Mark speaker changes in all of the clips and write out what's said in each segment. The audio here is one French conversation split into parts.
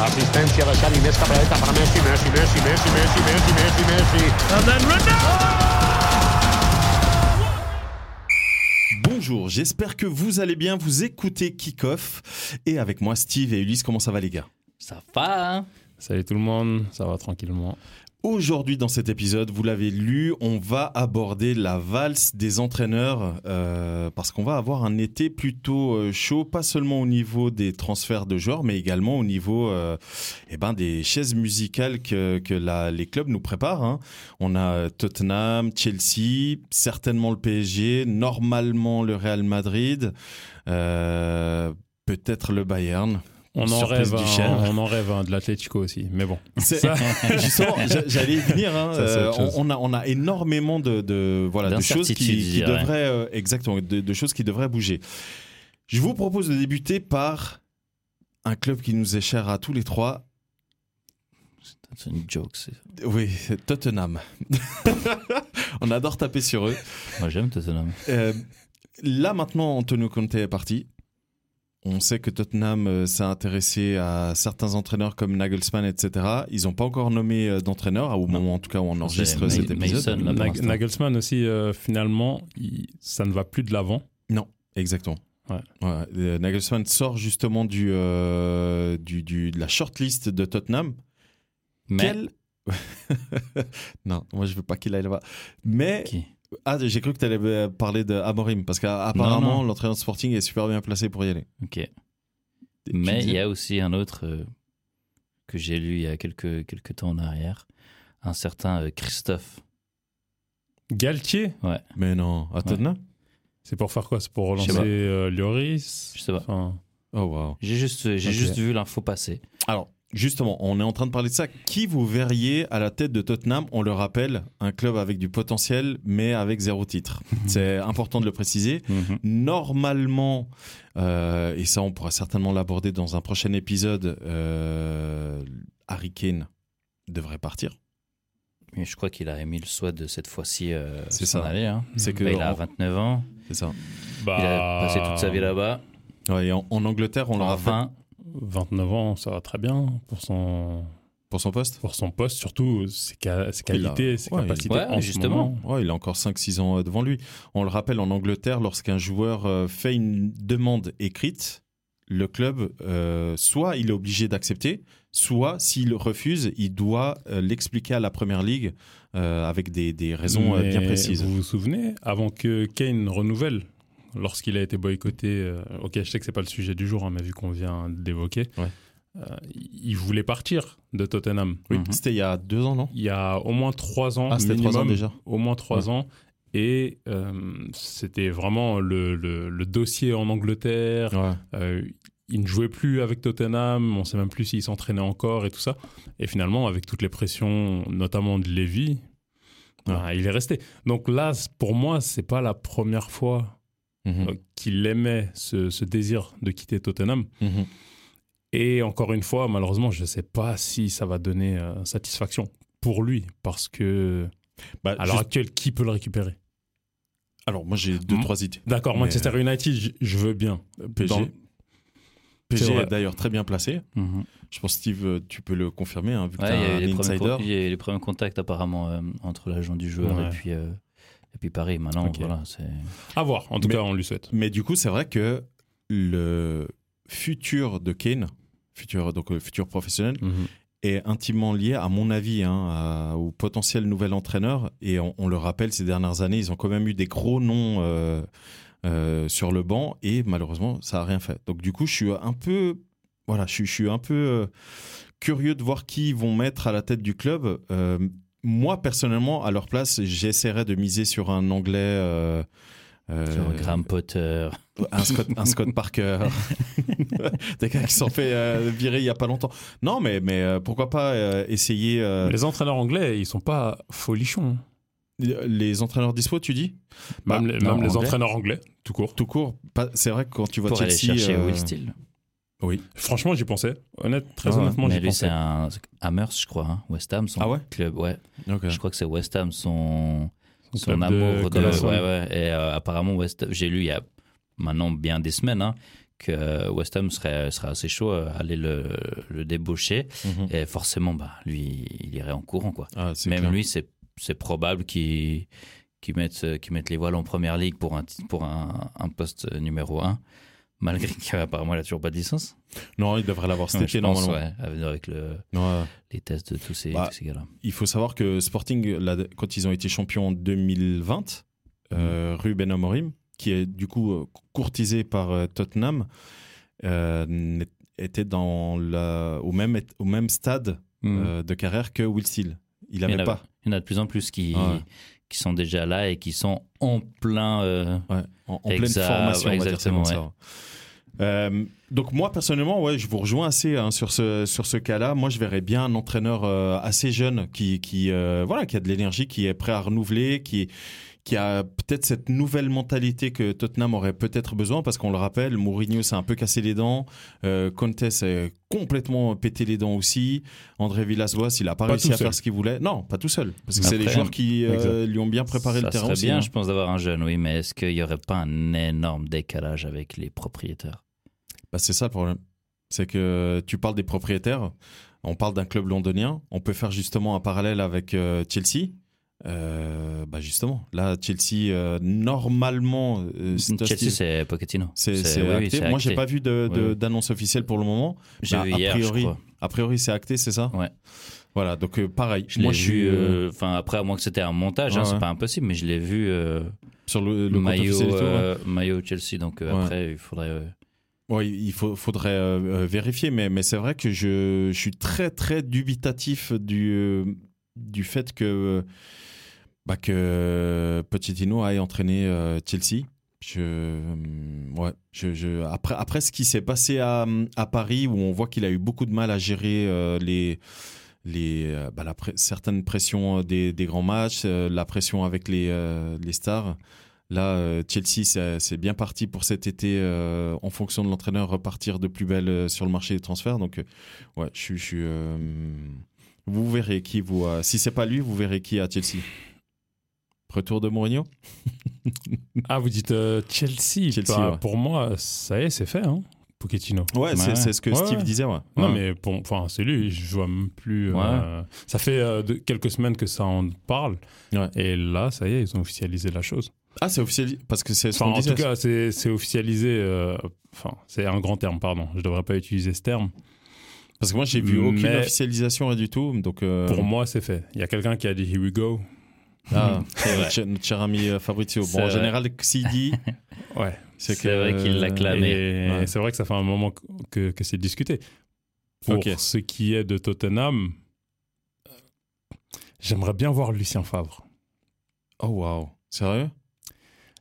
Speaker 1: Asistencia de Xavi, més cap a la dreta per Messi, Messi, Messi, Messi, Messi, Messi, Messi, Messi.
Speaker 2: And then Ronaldo!
Speaker 3: Bonjour, j'espère que vous allez bien, vous écoutez Kickoff. Et avec moi Steve et Ulysse, comment ça va les gars
Speaker 4: Ça va hein
Speaker 5: Salut tout le monde, ça va tranquillement.
Speaker 3: Aujourd'hui, dans cet épisode, vous l'avez lu, on va aborder la valse des entraîneurs euh, parce qu'on va avoir un été plutôt euh, chaud, pas seulement au niveau des transferts de joueurs, mais également au niveau euh, eh ben, des chaises musicales que, que la- les clubs nous préparent. hein. On a euh, Tottenham, Chelsea, certainement le PSG, normalement le Real Madrid, euh, peut-être le Bayern.
Speaker 5: On en,
Speaker 3: Surprise
Speaker 5: rêve
Speaker 3: du
Speaker 5: un,
Speaker 3: chef.
Speaker 5: on en rêve un, de l'Atletico aussi, mais bon.
Speaker 3: C'est-
Speaker 5: Ça,
Speaker 3: Justement, j'a- j'allais y venir. hein.
Speaker 5: Ça, c'est
Speaker 3: Euh,
Speaker 5: autre
Speaker 3: on-
Speaker 5: chose.
Speaker 3: on, a, on a énormément de, de- voilà, de choses qui,
Speaker 4: D'incertitudes, je
Speaker 3: qui
Speaker 4: dirais.
Speaker 3: devraient, euh, exactement, de, de choses qui devraient bouger. Je vous propose de débuter par un club qui nous est cher à tous les trois.
Speaker 4: C'est une joke. c'est-
Speaker 3: Oui, c'est Tottenham. on adore taper sur eux.
Speaker 4: Moi j'aime Tottenham.
Speaker 3: Euh, là maintenant, Antonio Conte est parti. On sait que Tottenham euh, s'est intéressé à certains entraîneurs comme Nagelsmann, etc. Ils n'ont pas encore nommé euh, d'entraîneur, au moment en tout cas où on enregistre
Speaker 4: Ma-
Speaker 3: cet
Speaker 4: Mason,
Speaker 3: épisode.
Speaker 4: là, pour
Speaker 5: Nag-
Speaker 4: l'instant.
Speaker 5: Nagelsmann aussi, euh, finalement, il- ça ne va plus de l'avant.
Speaker 3: Exactement.
Speaker 5: Ouais.
Speaker 3: Euh, Nagelsmann sort justement du, euh, du, du- de la shortlist de Tottenham.
Speaker 4: Mais
Speaker 3: Quel... non, moi je veux pas qu'il aille là-bas. Mais
Speaker 4: Qui
Speaker 3: ah, j'ai cru que tu allais euh, parler de Amorim parce
Speaker 4: Non,
Speaker 3: qu'apparemment l'entraîneur de Sporting est super bien placé pour y aller.
Speaker 4: Ok.
Speaker 3: Tu
Speaker 4: Mais il
Speaker 3: disais-
Speaker 4: y a aussi un autre euh, que j'ai lu il y a quelques, quelques temps en arrière, un certain euh, Christophe.
Speaker 5: Galtier,
Speaker 3: Mais non, à Tottenham
Speaker 5: c'est pour faire quoi C'est pour
Speaker 4: Je sais
Speaker 5: relancer
Speaker 4: pas.
Speaker 5: euh, Lloris
Speaker 4: Je sais pas.
Speaker 5: Enfin,
Speaker 3: Oh wow.
Speaker 4: J'ai juste, j'ai
Speaker 5: Ok.
Speaker 4: juste vu l'info passer.
Speaker 3: Alors, justement, on est en train de parler de ça. Qui vous verriez à la tête de Tottenham On le rappelle, un club avec du potentiel, mais avec zéro titre. C'est important de le préciser. Normalement, euh, et ça on pourra certainement l'aborder dans un prochain épisode, euh, Harry Kane devrait partir.
Speaker 4: Mais je crois qu'il a émis le souhait de cette fois-ci euh,
Speaker 3: C'est
Speaker 4: s'en
Speaker 3: ça.
Speaker 4: aller. hein.
Speaker 3: C'est que
Speaker 4: Bah, il a
Speaker 3: en-
Speaker 4: 29 ans,
Speaker 3: c'est ça.
Speaker 5: bah,
Speaker 4: il a passé toute sa vie là-bas.
Speaker 3: Ouais, et en, en Angleterre, on le
Speaker 4: En
Speaker 3: rappelle
Speaker 4: 20,
Speaker 5: 29 ans, ça va très bien pour son,
Speaker 3: pour son poste.
Speaker 5: pour son poste, surtout ses, ca- ses
Speaker 3: Il a-
Speaker 5: qualités, ses
Speaker 3: ouais, il-
Speaker 5: capacités.
Speaker 4: Ouais,
Speaker 5: en ce
Speaker 4: justement.
Speaker 5: moment.
Speaker 3: Ouais, il a encore 5-6 ans euh, devant lui. On le rappelle, en Angleterre, lorsqu'un joueur euh, fait une demande écrite, le club, euh, soit il est obligé d'accepter, soit s'il refuse, il doit euh, l'expliquer à la Première Ligue euh, avec des, des raisons euh, bien
Speaker 5: Mais
Speaker 3: précises.
Speaker 5: Vous vous souvenez, avant que Kane renouvelle, lorsqu'il a été boycotté, euh, ok, je sais que c'est pas le sujet du jour, hein, mais vu qu'on vient d'évoquer,
Speaker 3: Ouais.
Speaker 5: euh, il voulait partir de Tottenham. Mm-hmm.
Speaker 3: Oui,
Speaker 4: Mhm.
Speaker 3: C'était il y a deux ans, non
Speaker 5: Il y a au moins trois ans,
Speaker 3: Ah, c'était trois ans
Speaker 5: minimum,
Speaker 3: déjà.
Speaker 5: au moins trois ans. Et euh, c'était vraiment le, le- le dossier en Angleterre. Euh, il ne jouait plus avec Tottenham. On ne sait même plus s'il s'entraînait encore et tout ça. Et finalement, avec toutes les pressions, notamment de Lévy, ben, il est resté. Donc là, c- pour moi, c'est pas la première fois
Speaker 3: Mhm.
Speaker 5: euh, qu'il aimait ce, ce désir de quitter Tottenham.
Speaker 3: Mhm.
Speaker 5: Et encore une fois, malheureusement, je ne sais pas si ça va donner euh, satisfaction pour lui, parce que
Speaker 3: Bah,
Speaker 5: à l'heure
Speaker 3: juste-
Speaker 5: actuelle, qui peut le récupérer
Speaker 3: alors, moi j'ai deux,
Speaker 5: Mm.
Speaker 3: trois idées.
Speaker 5: D'accord,
Speaker 3: Mais- euh,
Speaker 5: Manchester United, j- je veux bien.
Speaker 3: PSG.
Speaker 5: Dans-
Speaker 3: PG
Speaker 5: C'est vrai.
Speaker 3: est d'ailleurs très bien placé.
Speaker 4: mhm.
Speaker 3: Je pense, Steve, euh, tu peux le confirmer, hein, vu que
Speaker 4: Ouais,
Speaker 3: t'es
Speaker 4: il, y a eu les
Speaker 3: un
Speaker 4: premiers
Speaker 3: insider.
Speaker 4: con- il y a eu les premiers contacts apparemment euh, entre l'agent du joueur
Speaker 5: Ouais.
Speaker 4: et, puis, euh, et puis Paris. Maintenant,
Speaker 5: Ok.
Speaker 4: voilà, c'est.
Speaker 5: À voir, en tout
Speaker 3: Mais-
Speaker 5: cas, on lui souhaite.
Speaker 3: Mais du coup, c'est vrai que le futur de Kane, futur, donc le futur professionnel, est intimement lié, à mon avis, hein, à- au potentiel nouvel entraîneur. Et on, on le rappelle, ces dernières années, ils ont quand même eu des gros noms euh, euh, sur le banc et malheureusement, ça n'a rien fait. Donc du coup, je suis un peu, voilà, je, suis- je suis un peu euh, curieux de voir qui ils vont mettre à la tête du club. Euh, moi, personnellement, à leur place, j'essaierais de miser sur un Anglais. euh, euh,
Speaker 4: Sur Graham Potter.
Speaker 3: un Scott, un Scott Parker. Des gars qui s'en fait euh, virer il n'y a pas longtemps. Non, mais, mais euh, pourquoi pas euh, essayer euh,
Speaker 5: Les entraîneurs anglais, ils sont pas folichons. hein.
Speaker 3: les entraîneurs dispo, tu dis Bah,
Speaker 5: Même, les,
Speaker 4: non,
Speaker 5: même les
Speaker 4: anglais.
Speaker 5: entraîneurs anglais, tout court.
Speaker 3: Tout court. pas- C'est vrai que quand tu vois
Speaker 4: Pour aller
Speaker 3: Chelsea.
Speaker 4: chercher
Speaker 3: euh,
Speaker 4: Will Steele.
Speaker 5: Franchement, j'y pensais. Honnête, très
Speaker 3: Ah ouais,
Speaker 5: honnêtement,
Speaker 4: Mais
Speaker 5: j'y
Speaker 4: lui,
Speaker 5: pensais.
Speaker 4: c'est un Amherst, je crois. hein. West Ham, son
Speaker 3: Ah ouais
Speaker 4: club. Ouais.
Speaker 3: ok.
Speaker 4: Je crois que c'est West Ham, son,
Speaker 5: Son
Speaker 4: son
Speaker 5: club
Speaker 4: amour de.
Speaker 5: Colossal.
Speaker 4: ouais, ouais. Et euh, apparemment, West j'ai lu il y a maintenant bien des semaines hein, que West Ham serait, serait assez chaud à aller le, le débaucher.
Speaker 3: Mhm.
Speaker 4: Et forcément, bah, lui, il irait en courant. Quoi.
Speaker 3: Ah, c'est
Speaker 4: Même
Speaker 3: clair.
Speaker 4: lui, c'est c'est probable qu'il qu'il mette, euh, qu'il mette les voiles en première ligue pour un, tit- pour un, un poste numéro 1, malgré qu'apparemment, il n'a toujours pas de licence.
Speaker 3: Non, il devrait l'avoir cet
Speaker 4: Ouais,
Speaker 3: été,
Speaker 4: je pense,
Speaker 3: normalement.
Speaker 4: ouais, avec- avec le,
Speaker 3: Ouais.
Speaker 4: les tests de tous ces,
Speaker 3: Bah,
Speaker 4: tous ces gars-là.
Speaker 3: Il faut savoir que Sporting, là, quand ils ont été champions en 2020, euh,
Speaker 4: Mhm.
Speaker 3: Ruben Amorim, qui est du coup euh, courtisé par euh, Tottenham, euh, n'est- était dans la, au, même, au même stade euh, de carrière que Will Steele. Il
Speaker 4: Mm. il, y en
Speaker 3: n'avait
Speaker 4: a,
Speaker 3: pas.
Speaker 4: il y en a de plus en plus qui,
Speaker 3: Ouais.
Speaker 4: qui sont déjà là et qui sont en plein. euh,
Speaker 3: Ouais, en, en
Speaker 4: Exact,
Speaker 3: pleine formation,
Speaker 4: ouais,
Speaker 3: on va dire ça comme ça. Euh, donc moi personnellement, ouais, je vous rejoins assez hein, sur ce sur ce cas-là. Moi, je verrais bien un entraîneur euh, assez jeune qui qui euh, voilà qui a de l'énergie, qui est prêt à renouveler, qui qui a peut-être cette nouvelle mentalité que Tottenham aurait peut-être besoin parce qu'on le rappelle, Mourinho s'est un peu cassé les dents, euh, Conte s'est complètement pété les dents aussi, André Villas-Boas il a pas,
Speaker 5: Pas
Speaker 3: réussi
Speaker 5: tout
Speaker 3: à
Speaker 5: seul.
Speaker 3: faire ce qu'il voulait. Non, pas tout seul parce que c'est les
Speaker 4: Après,
Speaker 3: joueurs qui euh,
Speaker 5: exact.
Speaker 3: lui ont bien préparé
Speaker 4: ça
Speaker 3: le terrain.
Speaker 4: serait
Speaker 3: aussi,
Speaker 4: bien,
Speaker 3: hein.
Speaker 4: je pense, d'avoir un jeune, oui, mais est-ce qu'il n'y aurait pas un énorme décalage avec les propriétaires
Speaker 3: Bah, c'est ça le problème. C'est que tu parles des propriétaires, on parle d'un club londonien, on peut faire justement un parallèle avec euh, Chelsea. Euh, bah justement, là, Chelsea, euh, normalement, euh, c'est-
Speaker 4: Mm, Chelsea, c'est Pochettino.
Speaker 3: c'est c'est
Speaker 4: oui, oui,
Speaker 3: acté.
Speaker 4: c'est
Speaker 3: Moi, j'ai
Speaker 4: acté.
Speaker 3: pas vu de-
Speaker 4: Oui,
Speaker 3: de-
Speaker 4: oui.
Speaker 3: d'annonce officielle pour le moment.
Speaker 4: J'ai
Speaker 3: Bah,
Speaker 4: vu
Speaker 3: a
Speaker 4: hier,
Speaker 3: priori,
Speaker 4: je crois.
Speaker 3: A priori, c'est acté, c'est ça
Speaker 4: Ouais.
Speaker 3: Voilà, donc euh, pareil.
Speaker 4: Je
Speaker 3: Moi,
Speaker 4: l'ai
Speaker 3: je suis
Speaker 4: vu,
Speaker 3: euh,
Speaker 4: euh, enfin après, à moins que c'était un montage,
Speaker 3: Ouais,
Speaker 4: hein, c'est
Speaker 3: ouais.
Speaker 4: pas impossible, mais je l'ai vu euh,
Speaker 3: sur le, le compte
Speaker 4: maillot,
Speaker 3: officiel et tout, ouais.
Speaker 4: euh, maillot Chelsea, donc euh,
Speaker 3: Ouais.
Speaker 4: après, il faudrait. euh,
Speaker 3: Oui, il faut- faudrait euh, euh, vérifier, mais, mais c'est vrai que je, je suis très très dubitatif du, euh, du fait que, euh, bah, que Pochettino aille entraîner euh, Chelsea. Je, euh, ouais, je, je- après, après ce qui s'est passé à, à Paris, où on voit qu'il a eu beaucoup de mal à gérer euh, les, les, euh, bah, la pré- certaines pressions euh, des, des grands matchs, euh, la pression avec les, euh, les stars, Là, euh, Chelsea, ça- c'est bien parti pour cet été, euh, en fonction de l'entraîneur, repartir de plus belle euh, sur le marché des transferts. Donc, euh, ouais, je suis. je suis, euh, vous verrez qui vous. euh, si c'est pas lui, vous verrez qui à Chelsea. Retour de Mourinho
Speaker 5: Ah, vous dites euh, Chelsea,
Speaker 3: Chelsea,
Speaker 5: Bah,
Speaker 3: ouais.
Speaker 5: Pour moi, ça y est, c'est fait, hein, Pochettino.
Speaker 3: Ouais, c'est
Speaker 4: ouais.
Speaker 3: c'est ce que
Speaker 5: Ouais,
Speaker 3: Steve
Speaker 5: ouais.
Speaker 3: disait, ouais.
Speaker 5: Non,
Speaker 3: Ouais.
Speaker 5: mais pour- enfin, c'est lui, je vois même plus. euh,
Speaker 4: Ouais.
Speaker 5: ça fait euh, de- quelques semaines que ça en parle.
Speaker 3: Ouais.
Speaker 5: Et là, ça y est, ils ont officialisé la chose.
Speaker 3: Ah, c'est officiel, parce que c'est ce
Speaker 5: Enfin,
Speaker 3: qu'on
Speaker 5: en
Speaker 3: disait.
Speaker 5: tout cas, c'est c'est officialisé. euh, Enfin, c'est un grand terme, pardon. Je devrais pas utiliser ce terme.
Speaker 3: parce que moi, j'ai vu aucune
Speaker 5: Mais-
Speaker 3: officialisation et du tout. Donc, euh,
Speaker 5: Pour moi, c'est fait. Il y a quelqu'un qui a dit Here we go.
Speaker 3: ah,
Speaker 4: C'est vrai.
Speaker 3: notre notre cher ami euh, Fabrizio.
Speaker 4: C'est
Speaker 3: Bon, en
Speaker 4: vrai.
Speaker 3: général, s'il dit,
Speaker 5: Ouais.
Speaker 3: c'est que.
Speaker 4: C'est vrai qu'il l'a clamé. Ah, mais-
Speaker 5: et
Speaker 3: ouais.
Speaker 5: c'est vrai que ça fait un moment que, que c'est discuté. Pour
Speaker 3: Ok.
Speaker 5: ce qui est de Tottenham, euh, j'aimerais bien voir Lucien Favre.
Speaker 3: Oh, waouh. Sérieux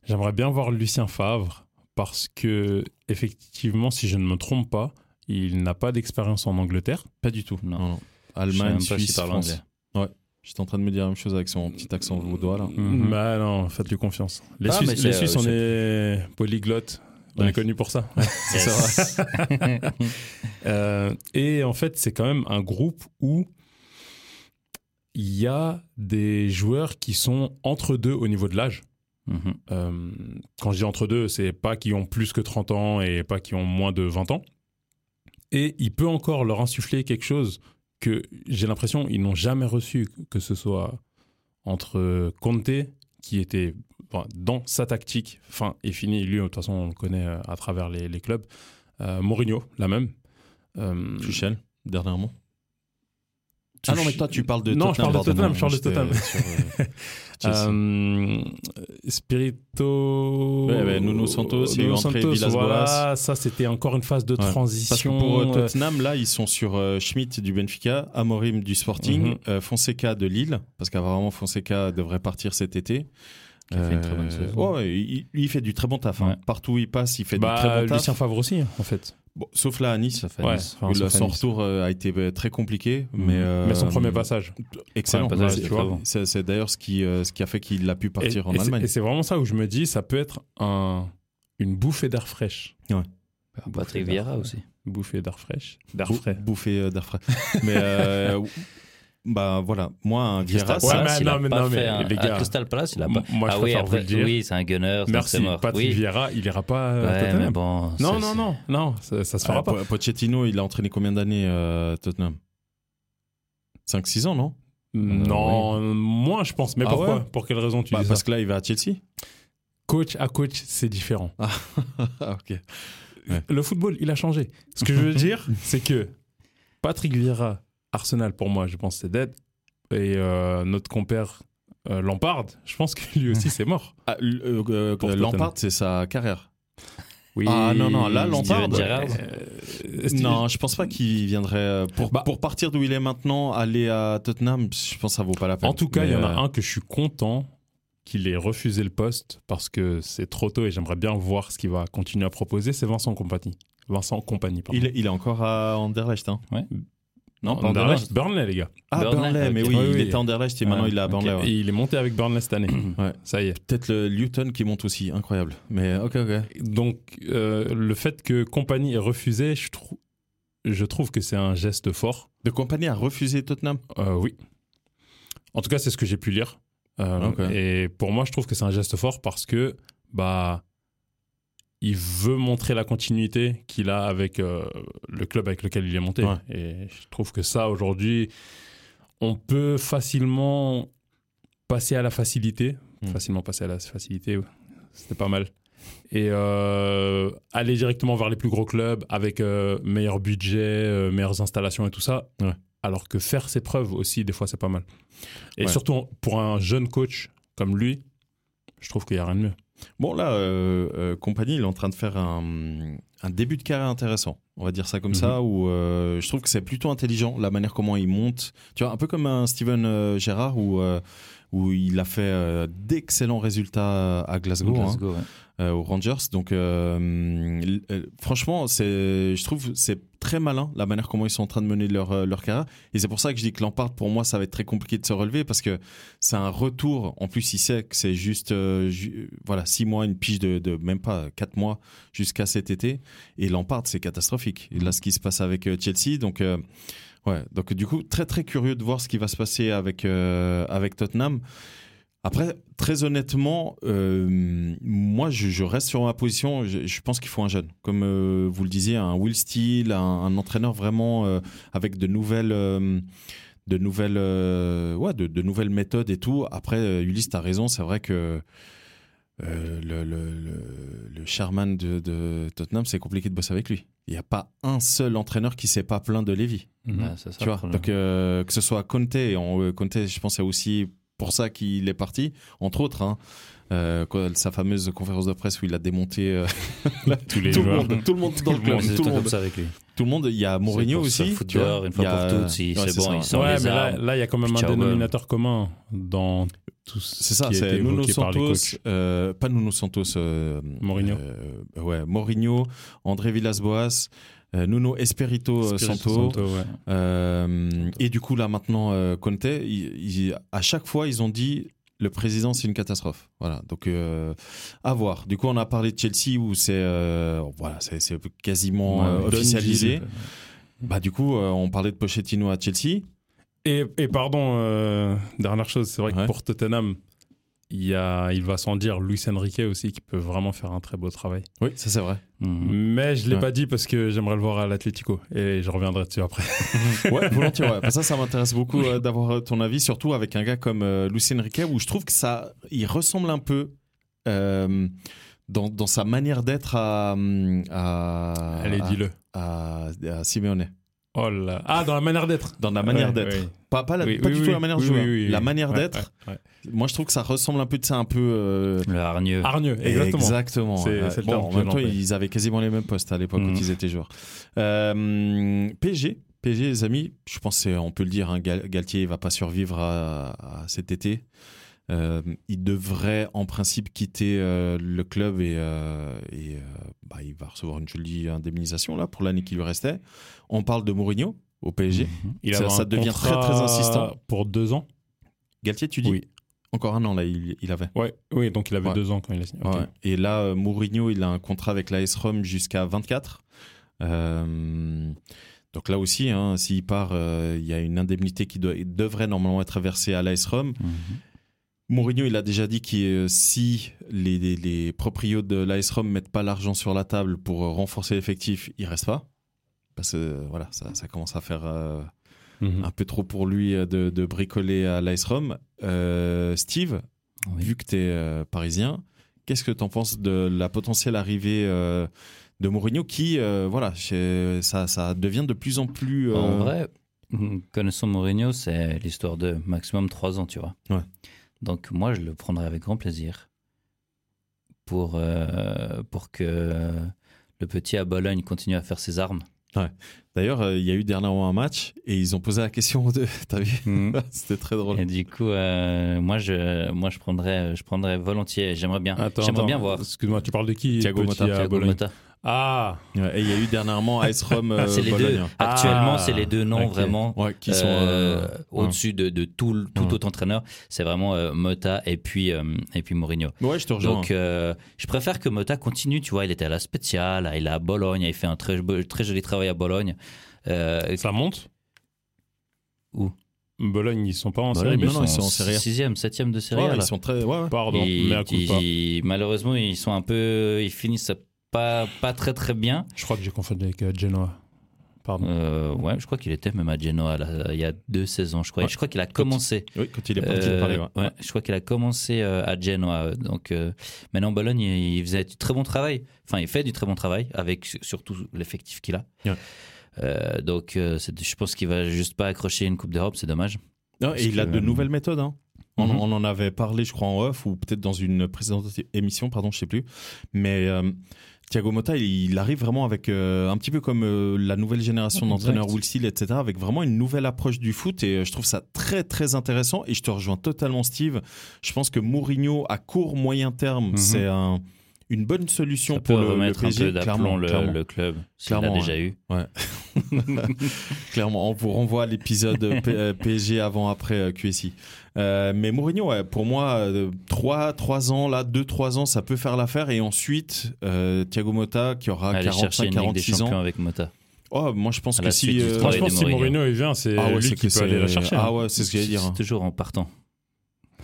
Speaker 5: J'aimerais bien voir Lucien Favre parce que, effectivement, si je ne me trompe pas, il n'a pas d'expérience en Angleterre.
Speaker 3: Pas du tout.
Speaker 4: Non. je sais
Speaker 3: Allemagne,
Speaker 4: même pas s'il
Speaker 3: Suisse,
Speaker 4: parle
Speaker 3: France.
Speaker 4: anglais.
Speaker 3: J'étais en train de me dire la même chose avec son petit accent vaudois là. Mm-hmm.
Speaker 4: Mhm.
Speaker 5: Bah non, faites-lui confiance. Les
Speaker 4: Ah, mais
Speaker 5: Suisses,
Speaker 4: c'est,
Speaker 5: les Suisses,
Speaker 4: euh,
Speaker 5: on
Speaker 4: c'est-
Speaker 5: est polyglottes. On
Speaker 3: Ouais.
Speaker 5: est connus pour ça.
Speaker 4: Yes.
Speaker 5: Euh, et en fait, c'est quand même un groupe où il y a des joueurs qui sont entre deux au niveau de l'âge.
Speaker 4: Mhm.
Speaker 5: Euh, quand je dis entre deux, c'est pas qui ont plus que 30 ans et pas qui ont moins de 20 ans. Et il peut encore leur insuffler quelque chose que j'ai l'impression ils n'ont jamais reçu, que ce soit entre Conte, qui était enfin, dans sa tactique, fin et fini, lui, de toute façon, on le connaît euh, à travers les, les clubs, Euh, Mourinho, la même. Euh,
Speaker 3: Tuchel, dernièrement.
Speaker 5: Tuch-
Speaker 3: Ah non, mais toi tu parles de
Speaker 5: Non, je
Speaker 3: Tottenham.
Speaker 5: parle de Tottenham,
Speaker 3: pardon.
Speaker 5: je parle de
Speaker 3: J'étais,
Speaker 5: Tottenham.
Speaker 3: euh, sur, euh, Chelsea.
Speaker 5: Euh, Spirito.
Speaker 3: Ouais, ouais, Nuno Santos, il y a eu
Speaker 5: Nuno
Speaker 3: entrée
Speaker 5: Santos,
Speaker 3: Villas-Boas.
Speaker 5: voilà, ça c'était encore une phase de
Speaker 3: Ouais.
Speaker 5: transition.
Speaker 3: Parce que pour euh,
Speaker 5: euh,
Speaker 3: Tottenham, là, ils sont sur euh, Schmidt du Benfica, Amorim du Sporting,
Speaker 5: Mhm.
Speaker 3: euh, Fonseca de Lille, parce qu'apparemment Fonseca devrait partir cet été. Euh,
Speaker 4: Qui a fait une très bonne saison.
Speaker 3: ouais, il, il fait du très bon taf. hein.
Speaker 4: Ouais.
Speaker 3: Partout où il passe, il fait
Speaker 5: bah,
Speaker 3: du très bon taf.
Speaker 5: Lucien Favre aussi, hein, en fait.
Speaker 3: Bon, sauf là à Nice,
Speaker 4: Ça fait
Speaker 5: Ouais,
Speaker 4: nice.
Speaker 5: enfin,
Speaker 3: où
Speaker 5: sauf
Speaker 3: son
Speaker 5: Anis.
Speaker 3: retour euh, a été euh, très compliqué.
Speaker 4: Mhm.
Speaker 3: Mais, euh,
Speaker 5: Mais son premier passage.
Speaker 3: Excellent.
Speaker 4: Premier passage,
Speaker 3: Ouais,
Speaker 4: tu vois.
Speaker 3: c'est c'est d'ailleurs ce qui, euh, ce qui a fait qu'il a pu
Speaker 5: Et-
Speaker 3: partir en
Speaker 5: et c'est-
Speaker 3: Allemagne.
Speaker 5: Et c'est vraiment ça où je me dis, ça peut être un, une bouffée d'air fraîche.
Speaker 4: Patrick Vieira Bah, aussi.
Speaker 5: Bouffée d'air fraîche. D'air
Speaker 3: Bou-
Speaker 5: frais.
Speaker 3: Bouffé euh, d'air frais. Mais euh, Bah voilà, moi, un
Speaker 4: Crystal
Speaker 3: Vieira,
Speaker 5: Ouais,
Speaker 3: ça-
Speaker 5: mais
Speaker 4: Palace, il
Speaker 5: non,
Speaker 4: a
Speaker 5: mais
Speaker 4: pas
Speaker 5: non, mais
Speaker 4: fait un-
Speaker 5: les
Speaker 4: à
Speaker 5: gars,
Speaker 4: Crystal Palace, il a
Speaker 5: m-
Speaker 4: pas.
Speaker 5: moi, je
Speaker 4: ah oui,
Speaker 5: préfère
Speaker 4: après,
Speaker 5: vous le dire.
Speaker 4: oui, c'est un gunner, donc
Speaker 5: Merci,
Speaker 4: c'est mort.
Speaker 5: Patrick
Speaker 4: oui.
Speaker 5: Vieira, il ira pas à
Speaker 4: Ouais,
Speaker 5: Tottenham.
Speaker 4: mais bon,
Speaker 5: non,
Speaker 4: c'est-
Speaker 5: non, non, non, ça, ça se
Speaker 3: Ah,
Speaker 5: fera pas.
Speaker 3: Po- Pochettino, il a entraîné combien d'années euh, Tottenham 5-6 ans, non
Speaker 5: Euh, Non, moi je pense. Mais
Speaker 3: Ah
Speaker 5: pourquoi
Speaker 3: ouais
Speaker 5: Pour quelle raison tu
Speaker 3: Bah,
Speaker 5: dis
Speaker 3: Parce
Speaker 5: ça
Speaker 3: que là, il va à Chelsea.
Speaker 5: Coach à coach, c'est différent.
Speaker 3: Ah, ok.
Speaker 5: Le football, il a changé. Ce que je veux dire, c'est que Patrick Vieira, Arsenal, pour moi, je pense que c'est dead. Et euh, notre compère euh, Lampard, je pense que lui aussi c'est mort.
Speaker 3: Ah, l- euh, euh,
Speaker 5: Pour Tottenham.
Speaker 3: Lampard, c'est sa carrière.
Speaker 5: Oui.
Speaker 3: Ah, non, non, là, Lampard,
Speaker 4: Gerrard.
Speaker 5: Euh,
Speaker 3: Non, je pense pas qu'il viendrait. euh, Pour,
Speaker 5: Bah-
Speaker 3: pour partir d'où il est maintenant, aller à Tottenham, je pense que ça vaut pas la peine.
Speaker 5: En tout cas, il y en
Speaker 3: Mais,
Speaker 5: a
Speaker 3: euh,
Speaker 5: un que je suis content qu'il ait refusé le poste parce que c'est trop tôt et j'aimerais bien voir ce qu'il va continuer à proposer. C'est Vincent Compagnie. Vincent Compagnie, pardon.
Speaker 3: euh, Il, est- il est encore à Anderlecht. hein.
Speaker 4: Non, pas
Speaker 5: Burnley,
Speaker 4: Anderlecht.
Speaker 5: Burnley, les gars.
Speaker 3: Ah,
Speaker 4: Burnley,
Speaker 3: Burnley, mais
Speaker 4: ok.
Speaker 3: oui,
Speaker 5: Oui,
Speaker 3: il
Speaker 5: oui.
Speaker 3: était à Anderlecht et maintenant
Speaker 4: Ah,
Speaker 3: il est à Burnley.
Speaker 5: Ok,
Speaker 3: ouais.
Speaker 5: Et il est monté avec Burnley cette année.
Speaker 3: Ouais.
Speaker 5: Ça y est.
Speaker 3: Peut-être le Luton qui monte aussi, incroyable. Mais euh, ok, ok.
Speaker 5: Donc, euh, le fait que Compagnie ait refusé, je, trou- je trouve que c'est un geste fort.
Speaker 3: De compagnie a refusé Tottenham.
Speaker 5: Euh, oui. En tout cas, c'est ce que j'ai pu lire. Euh,
Speaker 3: Ok.
Speaker 5: Et pour moi, je trouve que c'est un geste fort parce que bah, il veut montrer la continuité qu'il a avec euh, le club avec lequel il est monté.
Speaker 3: Ouais.
Speaker 5: Et je trouve que ça, aujourd'hui, on peut facilement passer à la facilité.
Speaker 3: Mm.
Speaker 5: Facilement passer à la facilité, ouais. c'était pas mal. Et euh, aller directement vers les plus gros clubs avec euh, meilleur budget, euh, meilleures installations et tout ça.
Speaker 3: Ouais.
Speaker 5: Alors que faire ses preuves aussi, des fois, c'est pas mal. Et
Speaker 3: Ouais.
Speaker 5: surtout pour un jeune coach comme lui, je trouve qu'il n'y a rien de mieux.
Speaker 3: Bon, là, euh, euh, Compagnie, il est en train de faire un, un début de carrière intéressant. On va dire ça comme ça, où euh, je trouve que c'est plutôt intelligent la manière comment il monte. Tu vois, un peu comme un Steven euh, Gerrard où, euh, où il a fait euh, d'excellents résultats à Glasgow, hein,
Speaker 4: Glasgow, ouais.
Speaker 3: euh, aux Rangers. Donc, euh, l- euh, franchement, c'est, je trouve que c'est très malin la manière comment ils sont en train de mener leur, euh, leur carrière. Et c'est pour ça que je dis que Lampard, pour moi, ça va être très compliqué de se relever parce que c'est un retour. En plus, il sait que c'est juste euh, ju- voilà, six mois, une pige de, de même pas quatre mois jusqu'à cet été. Et Lampard, c'est catastrophique. Et Là, ce qui se passe avec euh, Chelsea. Donc, euh, ouais. Donc, du coup, très, très curieux de voir ce qui va se passer avec, euh, avec Tottenham. Après, très honnêtement, euh, moi, je, je reste sur ma position. Je, je pense qu'il faut un jeune. Comme euh, vous le disiez, un Will Steele, un, un entraîneur vraiment euh, avec de nouvelles. euh, de nouvelles, euh, ouais, de, de nouvelles méthodes et tout. Après, euh, Ulysse, t'as raison, c'est vrai que euh, le, le, le, le chairman de, de Tottenham, c'est compliqué de bosser avec lui. Il n'y a pas un seul entraîneur qui s'est pas plaint de Lévy.
Speaker 4: Ouais, c'est ça
Speaker 3: Tu
Speaker 4: le
Speaker 3: vois,
Speaker 4: problème.
Speaker 3: donc euh, que ce soit Conte, on, euh, Conte, je pense, c'est aussi pour ça qu'il est parti, entre autres. hein. Euh, quand- sa fameuse conférence de presse où il a démonté euh,
Speaker 5: Tous les
Speaker 3: tout, le
Speaker 5: joueurs.
Speaker 3: monde, tout le monde dans
Speaker 4: Tout
Speaker 3: le club,
Speaker 4: c'est
Speaker 3: tout le
Speaker 4: comme
Speaker 3: monde.
Speaker 4: ça avec lui.
Speaker 3: Tout le monde. Il y a Mourinho
Speaker 4: C'est pour se
Speaker 3: aussi.
Speaker 4: foutre
Speaker 3: tu vois.
Speaker 4: dehors
Speaker 3: Il
Speaker 4: une
Speaker 3: y
Speaker 4: fois
Speaker 3: a-
Speaker 4: pour toutes, si
Speaker 3: Ouais,
Speaker 4: c'est
Speaker 3: c'est
Speaker 4: bon,
Speaker 3: ça.
Speaker 4: il sort
Speaker 5: Ouais,
Speaker 4: les
Speaker 5: mais là,
Speaker 4: armes.
Speaker 5: là, il y a quand même
Speaker 4: Puis
Speaker 5: un
Speaker 4: ciao,
Speaker 5: dénominateur commun dans tout
Speaker 3: C'est
Speaker 5: ce
Speaker 3: ça,
Speaker 5: qui a été
Speaker 3: c'est Nuno
Speaker 5: évoqué par les
Speaker 3: Santos,
Speaker 5: coachs.
Speaker 3: euh, pas Nuno Santos, euh,
Speaker 5: Mourinho.
Speaker 3: euh, ouais, Mourinho, André Villas-Boas, euh, Nuno Espirito, euh,
Speaker 5: Espirito
Speaker 3: Santo,
Speaker 5: Santo, ouais.
Speaker 3: Euh, et du coup, là maintenant, euh, Conte, il- il- à chaque fois, ils ont dit le président, c'est une catastrophe. Voilà, donc euh, à voir. Du coup, on a parlé de Chelsea où c'est euh, voilà, c'est c'est quasiment euh,
Speaker 5: Ouais,
Speaker 3: officialisé.
Speaker 5: Dundee.
Speaker 3: Bah, du coup, euh, on parlait de Pochettino à Chelsea.
Speaker 5: Et, et pardon, euh, dernière chose, c'est vrai
Speaker 3: Ouais.
Speaker 5: que pour Tottenham, il, y a, il va sans dire Luis Enrique aussi qui peut vraiment faire un très beau travail.
Speaker 3: Oui, ça c'est vrai.
Speaker 4: Mhm.
Speaker 5: Mais je ne l'ai
Speaker 3: Ouais.
Speaker 5: pas dit parce que j'aimerais le voir à l'Atlético et je reviendrai dessus après.
Speaker 3: Ouais, volontiers. ouais. Parce que Ça, ça m'intéresse beaucoup euh, d'avoir euh, ton avis, surtout avec un gars comme euh, Lucien Riquet, où je trouve que ça, il ressemble un peu. euh, dans, dans sa manière d'être à, à,
Speaker 5: Allez,
Speaker 3: à,
Speaker 5: dis-le.
Speaker 3: à, à Simeone.
Speaker 5: Oh là. Ah, dans la manière d'être.
Speaker 3: Dans la manière
Speaker 5: Ouais,
Speaker 3: d'être.
Speaker 5: ouais.
Speaker 3: Pas, pas, la-
Speaker 5: Oui,
Speaker 3: pas
Speaker 5: oui,
Speaker 3: du
Speaker 5: oui,
Speaker 3: tout la manière de
Speaker 5: oui,
Speaker 3: jouer. hein.
Speaker 5: oui, oui,
Speaker 3: la
Speaker 5: oui.
Speaker 3: manière
Speaker 5: Ouais,
Speaker 3: d'être,
Speaker 5: ouais, ouais.
Speaker 3: moi je trouve que ça ressemble un peu, tu sais, un peu. euh,
Speaker 4: Le hargneux.
Speaker 5: Hargneux, exactement.
Speaker 3: Exactement.
Speaker 5: C'est-
Speaker 3: Ouais.
Speaker 5: c'est le
Speaker 3: Bon,
Speaker 5: terme
Speaker 3: en
Speaker 5: que
Speaker 3: même temps,
Speaker 5: j'emploie.
Speaker 3: ils avaient quasiment les mêmes postes à l'époque
Speaker 5: Mhm.
Speaker 3: quand ils étaient joueurs. Euh, PG, PG, les amis, je pense, que c'est- on peut le dire, hein, Gal- Galtier, il va pas survivre à, à cet été. Euh, il devrait en principe quitter euh, le club et, euh, et, euh, bah, il va recevoir une jolie indemnisation là pour l'année qui lui restait. On parle de Mourinho au PSG.
Speaker 5: Il
Speaker 3: Ça-
Speaker 5: avait
Speaker 3: ça
Speaker 5: un
Speaker 3: devient très,
Speaker 5: contrat
Speaker 3: très insistant.
Speaker 5: Pour deux ans
Speaker 3: Galtier, tu dis
Speaker 5: Oui.
Speaker 3: Encore un an, là, il, il avait.
Speaker 5: Ouais, oui, donc il avait
Speaker 3: Ouais.
Speaker 5: deux ans quand il a signé. Ok.
Speaker 3: Ouais. Et là, euh, Mourinho, il a un contrat avec l'AS Rome jusqu'à 24. Euh, Donc là aussi, hein, s'il part, euh, il y a une indemnité qui doit- devrait normalement être versée à l'AS Rome.
Speaker 4: Mm-hmm.
Speaker 3: Mourinho, il a déjà dit que euh, si les, les, les proprios de l'AS Rome mettent pas l'argent sur la table pour euh, renforcer l'effectif, il reste pas. Parce que euh, voilà, ça, ça commence à faire euh,
Speaker 5: Mhm.
Speaker 4: Mm.
Speaker 3: un peu trop pour lui euh, de, de bricoler à l'AS Rome. Euh, Steve,
Speaker 4: Oui.
Speaker 3: vu que tu es parisien, qu'est-ce que tu en penses de la potentielle arrivée euh, de Mourinho qui, euh, voilà, chez- ça, ça devient de plus en plus. euh,
Speaker 4: En vrai, connaissant Mourinho, c'est l'histoire de maximum 3 ans, tu vois.
Speaker 3: Ouais.
Speaker 4: Donc moi, je le prendrai avec grand plaisir pour, euh, pour que le petit à Bologne continue à faire ses armes.
Speaker 3: D'ailleurs, euh, il y a eu dernièrement un match et ils ont posé la question aux deux. T'as vu C'était très drôle.
Speaker 4: Mm. Et du coup, euh, moi, je, moi, je prendrais, je prendrais volontiers. J'aimerais
Speaker 3: Ah.
Speaker 4: bien,
Speaker 5: Attends,
Speaker 4: j'aimerais
Speaker 5: attends,
Speaker 4: bien voir.
Speaker 5: Excuse-moi, tu parles de qui
Speaker 3: Thiago
Speaker 5: petit
Speaker 3: Motta,
Speaker 5: à
Speaker 4: Thiago
Speaker 5: Bologne
Speaker 4: Motta.
Speaker 5: Ah,
Speaker 3: Ouais, et il y a eu dernièrement AS Rome euh,
Speaker 4: c'est les deux.
Speaker 3: Bologne.
Speaker 5: Ah,
Speaker 4: Actuellement, c'est les deux noms
Speaker 5: ok.
Speaker 4: vraiment
Speaker 3: Ouais, qui sont
Speaker 4: euh,
Speaker 3: euh,
Speaker 4: au-dessus de, de tout, le- tout
Speaker 3: Ouais.
Speaker 4: autre entraîneur. C'est vraiment euh, Motta et puis euh, et puis Mourinho.
Speaker 3: ouais. Ouais, je te rejoins.
Speaker 4: Donc, euh, je préfère que Mota continue. Tu vois, il était à la Spezia, là, il est à Bologne, il fait un très, beau- très joli travail à Bologne. Euh,
Speaker 5: ça monte
Speaker 4: Où
Speaker 5: Bologne, ils sont pas en série
Speaker 3: Bologne,
Speaker 5: B.
Speaker 3: non, non, ils sont en Serie A.
Speaker 4: Sixième, septième de série.
Speaker 3: Ouais,
Speaker 4: A, là.
Speaker 3: ils sont très. ouais, ouais.
Speaker 5: Pardon,
Speaker 4: Ils-
Speaker 5: mais à coup pas.
Speaker 4: ils- malheureusement, ils sont un peu, ils finissent pas pas très très bien.
Speaker 5: Je crois que j'ai confondu avec euh, Genoa. Pardon.
Speaker 4: Euh, ouais, je crois qu'il était même à Genoa là, il y a deux saisons, je crois.
Speaker 3: Ouais.
Speaker 4: Je crois qu'il a commencé.
Speaker 3: Oui, quand il est parti de
Speaker 4: Euh,
Speaker 3: parler.
Speaker 4: ouais, je crois qu'il a commencé euh, à Genoa. euh, Donc euh, maintenant Bologne, il, il faisait du très bon travail. Enfin, il fait du très bon travail avec su- surtout l'effectif qu'il a.
Speaker 3: Ouais.
Speaker 4: Euh, donc euh, c'est- je pense qu'il va juste pas accrocher une Coupe d'Europe, c'est dommage.
Speaker 3: Non,
Speaker 4: Parce
Speaker 3: et il a
Speaker 4: que,
Speaker 3: de
Speaker 4: euh,
Speaker 3: nouvelles méthodes. hein. On,
Speaker 4: Mhm.
Speaker 3: on en avait parlé, je crois, en off ou peut-être dans une précédente émission, pardon, je sais plus. Mais euh, Thiago Motta, il, il arrive vraiment avec euh, un petit peu comme euh, la nouvelle génération
Speaker 4: Exact.
Speaker 3: d'entraîneurs Will Steele, etc., avec vraiment une nouvelle approche du foot. Et euh, je trouve ça très, très intéressant. Et je te rejoins totalement, Steve. Je pense que Mourinho, à court, moyen terme,
Speaker 5: Mhm.
Speaker 3: c'est un- une bonne solution
Speaker 4: Ça peut
Speaker 3: pour le, le
Speaker 4: remettre un
Speaker 3: PSG,
Speaker 4: peu
Speaker 3: clairement,
Speaker 4: d'aplomb le,
Speaker 3: clairement.
Speaker 4: le club, s'il l'a
Speaker 3: Clairement,
Speaker 4: déjà eu.
Speaker 3: Clairement, on vous renvoie à l'épisode P- euh, PSG avant après euh, QSI. Euh, mais Mourinho, ouais, pour moi, 3, ans, là, 2-3 ans, ça peut faire l'affaire. Et ensuite, euh, Thiago Motta, qui aura
Speaker 4: Aller chercher une Ligue des
Speaker 3: 45-46
Speaker 4: Champions
Speaker 3: Ah, ans.
Speaker 4: avec Mota.
Speaker 3: Oh, moi, je pense
Speaker 4: À
Speaker 3: que
Speaker 4: la
Speaker 3: si.
Speaker 4: suite du
Speaker 3: euh,
Speaker 5: Moi, je
Speaker 4: travail
Speaker 5: pense que si
Speaker 4: Mourinho.
Speaker 5: Mourinho il vient, c'est
Speaker 3: ah ouais,
Speaker 5: lui
Speaker 3: c'est
Speaker 5: qui
Speaker 3: que
Speaker 5: peut aller la
Speaker 3: c'est-
Speaker 5: chercher.
Speaker 3: Ah ouais, c'est ce que j'allais dire. hein.
Speaker 4: C'est toujours en partant.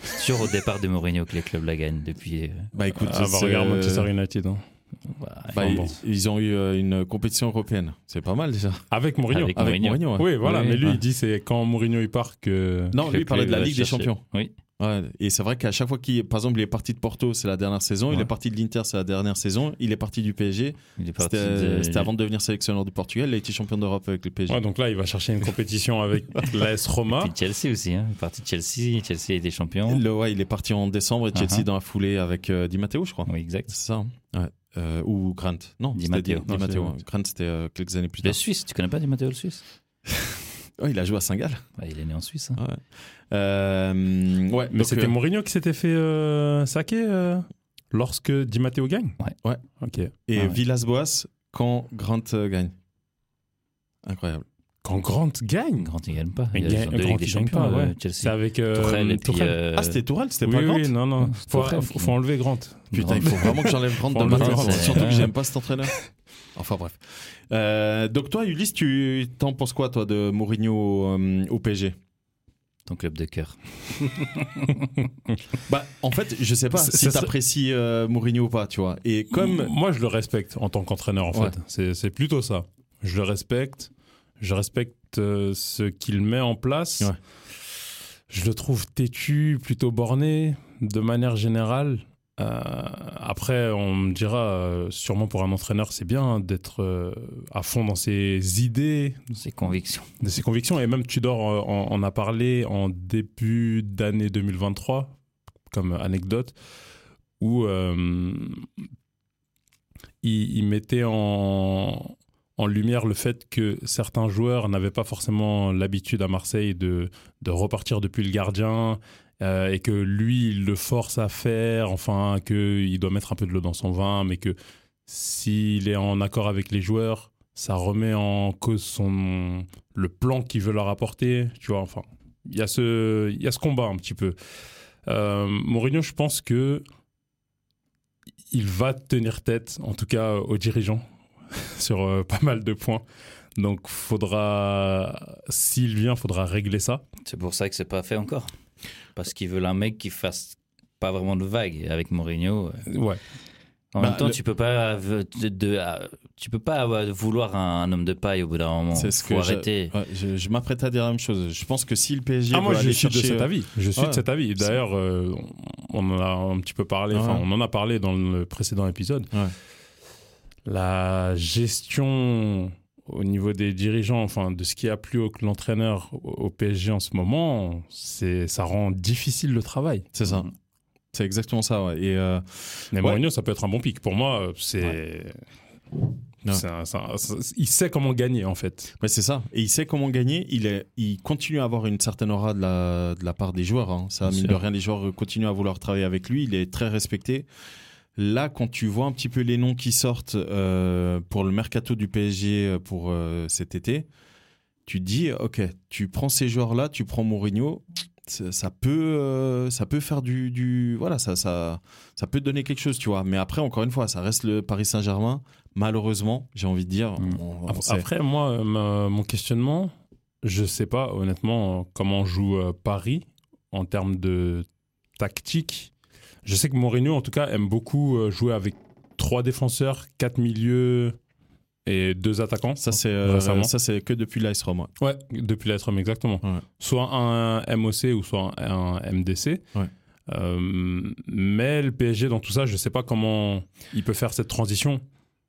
Speaker 4: C'est toujours au départ de Mourinho que les clubs la gagnent depuis. euh,
Speaker 3: Bah écoute,
Speaker 5: Ah, bah,
Speaker 3: c'est-
Speaker 5: regarde Manchester United. hein.
Speaker 4: bah,
Speaker 3: bah,
Speaker 5: Enfin,
Speaker 3: ils,
Speaker 5: bon.
Speaker 3: ils ont eu euh, une compétition européenne. C'est pas mal déjà.
Speaker 5: Avec Mourinho.
Speaker 4: Avec
Speaker 3: Avec
Speaker 4: Mourinho. hein.
Speaker 3: Mourinho, ouais.
Speaker 5: Oui, voilà,
Speaker 4: Oui,
Speaker 5: mais lui,
Speaker 4: ouais.
Speaker 5: il dit c'est quand Mourinho il part que.
Speaker 3: Non,
Speaker 4: que
Speaker 3: lui, il parlait de la
Speaker 4: va
Speaker 3: Ligue des
Speaker 4: euh, chercher.
Speaker 3: Champions.
Speaker 4: Oui.
Speaker 3: Ouais, et c'est vrai qu'à chaque fois qu'il, par exemple, il est parti de Porto, c'est la dernière saison. Il
Speaker 5: Ouais.
Speaker 3: est parti de l'Inter, c'est la dernière saison. Il est parti du PSG.
Speaker 4: Il est parti de-
Speaker 3: C'était euh, c'était avant de devenir sélectionneur du Portugal. Il a été champion d'Europe avec le PSG.
Speaker 5: Ouais, donc là, il va chercher une compétition avec l'AS Roma.
Speaker 4: Puis Chelsea aussi, hein. Il est parti de Chelsea. Chelsea était champion.
Speaker 3: Le- ouais, il est parti en décembre et Chelsea
Speaker 4: Uh-huh.
Speaker 3: dans la foulée avec euh, Di Matteo, je crois.
Speaker 4: Oui, exact.
Speaker 3: C'est ça. hein Ouais. Euh, ou Grant. Non,
Speaker 4: Di
Speaker 3: c'était
Speaker 4: Matteo.
Speaker 3: Di
Speaker 5: Non,
Speaker 3: Matteo.
Speaker 5: c'est-
Speaker 3: hein. Grant, c'était euh, quelques années plus
Speaker 4: Le
Speaker 3: tard.
Speaker 4: Suisse, tu connais pas Di Matteo le Suisse
Speaker 3: Oh, il a joué à Saint-Gall.
Speaker 4: Bah, Il est né en Suisse. hein.
Speaker 3: Euh, ouais,
Speaker 5: Mais
Speaker 3: donc,
Speaker 5: c'était
Speaker 3: euh,
Speaker 5: Mourinho qui s'était fait euh, saquer euh, lorsque Di Matteo gagne
Speaker 4: Ouais.
Speaker 3: Ouais.
Speaker 5: Ok.
Speaker 3: Et
Speaker 4: Ah ouais.
Speaker 3: Villas-Boas quand Grant euh, gagne. Incroyable.
Speaker 5: Quand Grant gagne
Speaker 4: Grand, il gagne pas.
Speaker 5: Mais
Speaker 4: Il
Speaker 5: gagne-
Speaker 4: gagne deux
Speaker 5: Grand,
Speaker 4: Ligues des
Speaker 5: il gagne
Speaker 4: Champions,
Speaker 5: pas, ouais.
Speaker 4: euh,
Speaker 5: C'est
Speaker 4: Chelsea.
Speaker 5: avec euh,
Speaker 4: Tourelle et puis.
Speaker 5: Tourelle.
Speaker 4: euh,
Speaker 3: Ah, c'était Tourelle, c'était
Speaker 5: Oui,
Speaker 3: pas Grant
Speaker 5: oui, non, non.
Speaker 4: Ouais,
Speaker 5: Faut,
Speaker 4: Tourelle qui-
Speaker 5: faut enlever Grant.
Speaker 3: Putain, il faut vraiment que j'enlève Grant de
Speaker 5: Faut
Speaker 3: ma
Speaker 5: enlever
Speaker 3: liste,
Speaker 5: Grant,
Speaker 3: surtout
Speaker 4: ouais.
Speaker 3: que j'aime pas cet entraîneur. Enfin bref. Euh, donc toi, Ulysse, tu t'en penses quoi, toi, de Mourinho euh, au PSG
Speaker 4: Ton club de cœur.
Speaker 3: Bah, en fait, je sais pas
Speaker 5: C'est-
Speaker 3: si
Speaker 5: ça serait-
Speaker 3: t'apprécies euh, Mourinho ou pas, tu vois. Et
Speaker 5: Comme
Speaker 3: comme
Speaker 5: moi, je le respecte en tant qu'entraîneur, en
Speaker 3: Ouais.
Speaker 5: fait. C'est- C'est plutôt ça. Je le respecte. Je respecte euh, ce qu'il met en place.
Speaker 3: Ouais.
Speaker 5: Je le trouve têtu, plutôt borné, de manière générale. Euh, après, on me dira, euh, sûrement pour un entraîneur, c'est bien hein, d'être euh, à fond dans ses idées,
Speaker 4: Ses convictions.
Speaker 5: de ses convictions. Et même Tudor euh, en, en a parlé en début d'année 2023, comme anecdote, où euh, il, il mettait en, en lumière le fait que certains joueurs n'avaient pas forcément l'habitude à Marseille de, de repartir depuis le gardien. euh, et que lui, il le force à faire, enfin, qu'il doit mettre un peu de l'eau dans son vin, mais que s'il est en accord avec les joueurs, ça remet en cause son, le plan qu'il veut leur apporter, tu vois, enfin, il y, a ce- il y a ce combat un petit peu. Euh, Mourinho, je pense que il va tenir tête, en tout cas euh, aux dirigeants, sur euh, pas mal de points. Donc, faudra, s'il vient, faudra régler ça.
Speaker 4: C'est pour ça que c'est pas fait encore. Parce qu'ils veulent un mec qui fasse pas vraiment de vagues Et avec Mourinho. euh,
Speaker 5: Ouais.
Speaker 4: En
Speaker 3: Bah,
Speaker 4: même temps,
Speaker 3: le-
Speaker 4: tu peux pas euh, de, de- euh, tu peux pas avoir- vouloir un, un homme de paille au bout d'un moment.
Speaker 3: C'est ce
Speaker 4: Faut
Speaker 3: que j'a-
Speaker 4: arrêter.
Speaker 3: Ouais, je je m'apprête à dire la même chose. Je pense que si le PSG
Speaker 5: Ah, moi,
Speaker 3: veut
Speaker 5: je
Speaker 3: aller
Speaker 5: suis de
Speaker 3: chercher
Speaker 5: cet avis. Je suis de
Speaker 3: euh, ouais.
Speaker 5: cet avis. D'ailleurs, euh, on en a un petit peu parlé, enfin,
Speaker 3: Ouais.
Speaker 5: on en a parlé dans le précédent épisode.
Speaker 3: Ouais.
Speaker 5: La gestion au niveau des dirigeants, enfin, de ce qui a plus haut que l'entraîneur au- au PSG en ce moment, c'est, ça rend difficile le travail.
Speaker 3: C'est ça. C'est exactement ça. ouais. Et euh,
Speaker 5: Mais
Speaker 3: Ouais.
Speaker 5: Mourinho, ça peut être un bon pic. Pour moi, c'est.
Speaker 3: Ouais.
Speaker 5: c'est un- c'est un- c'est- il sait comment gagner, en fait.
Speaker 3: ouais, c'est ça. Et il sait comment gagner. Il, est, il continue à avoir une certaine aura de la, de la part des joueurs. hein. Ça,
Speaker 5: Bien
Speaker 3: mine
Speaker 5: sûr.
Speaker 3: de rien, les joueurs euh, continuent à vouloir travailler avec lui. Il est très respecté. Là, quand tu vois un petit peu les noms qui sortent euh, pour le mercato du PSG euh, pour euh, cet été, tu te dis, ok, tu prends ces joueurs-là, tu prends Mourinho, ça, ça peut, euh, ça peut faire du, du voilà, ça, ça, ça peut donner quelque chose, tu vois. Mais après, encore une fois, ça reste le Paris Saint-Germain. Malheureusement, j'ai envie de dire.
Speaker 4: Mm.
Speaker 3: on- on
Speaker 5: Hmm. Après,
Speaker 3: sait.
Speaker 5: après, moi, euh, ma- mon questionnement, je sais pas honnêtement euh, comment joue euh, Paris en termes de tactique. Je sais que Mourinho, en tout cas, aime beaucoup euh, jouer avec trois défenseurs, quatre milieux et deux attaquants.
Speaker 3: ça c'est euh,
Speaker 5: Récemment.
Speaker 3: ça c'est que depuis l'Ice Rome. ouais.
Speaker 5: Ouais, depuis la Trump, exactement.
Speaker 3: Ouais.
Speaker 5: Soit un MOC ou soit un, un MDC.
Speaker 3: Ouais.
Speaker 5: Euh, mais le PSG, dans tout ça, je ne sais pas comment il peut faire cette transition.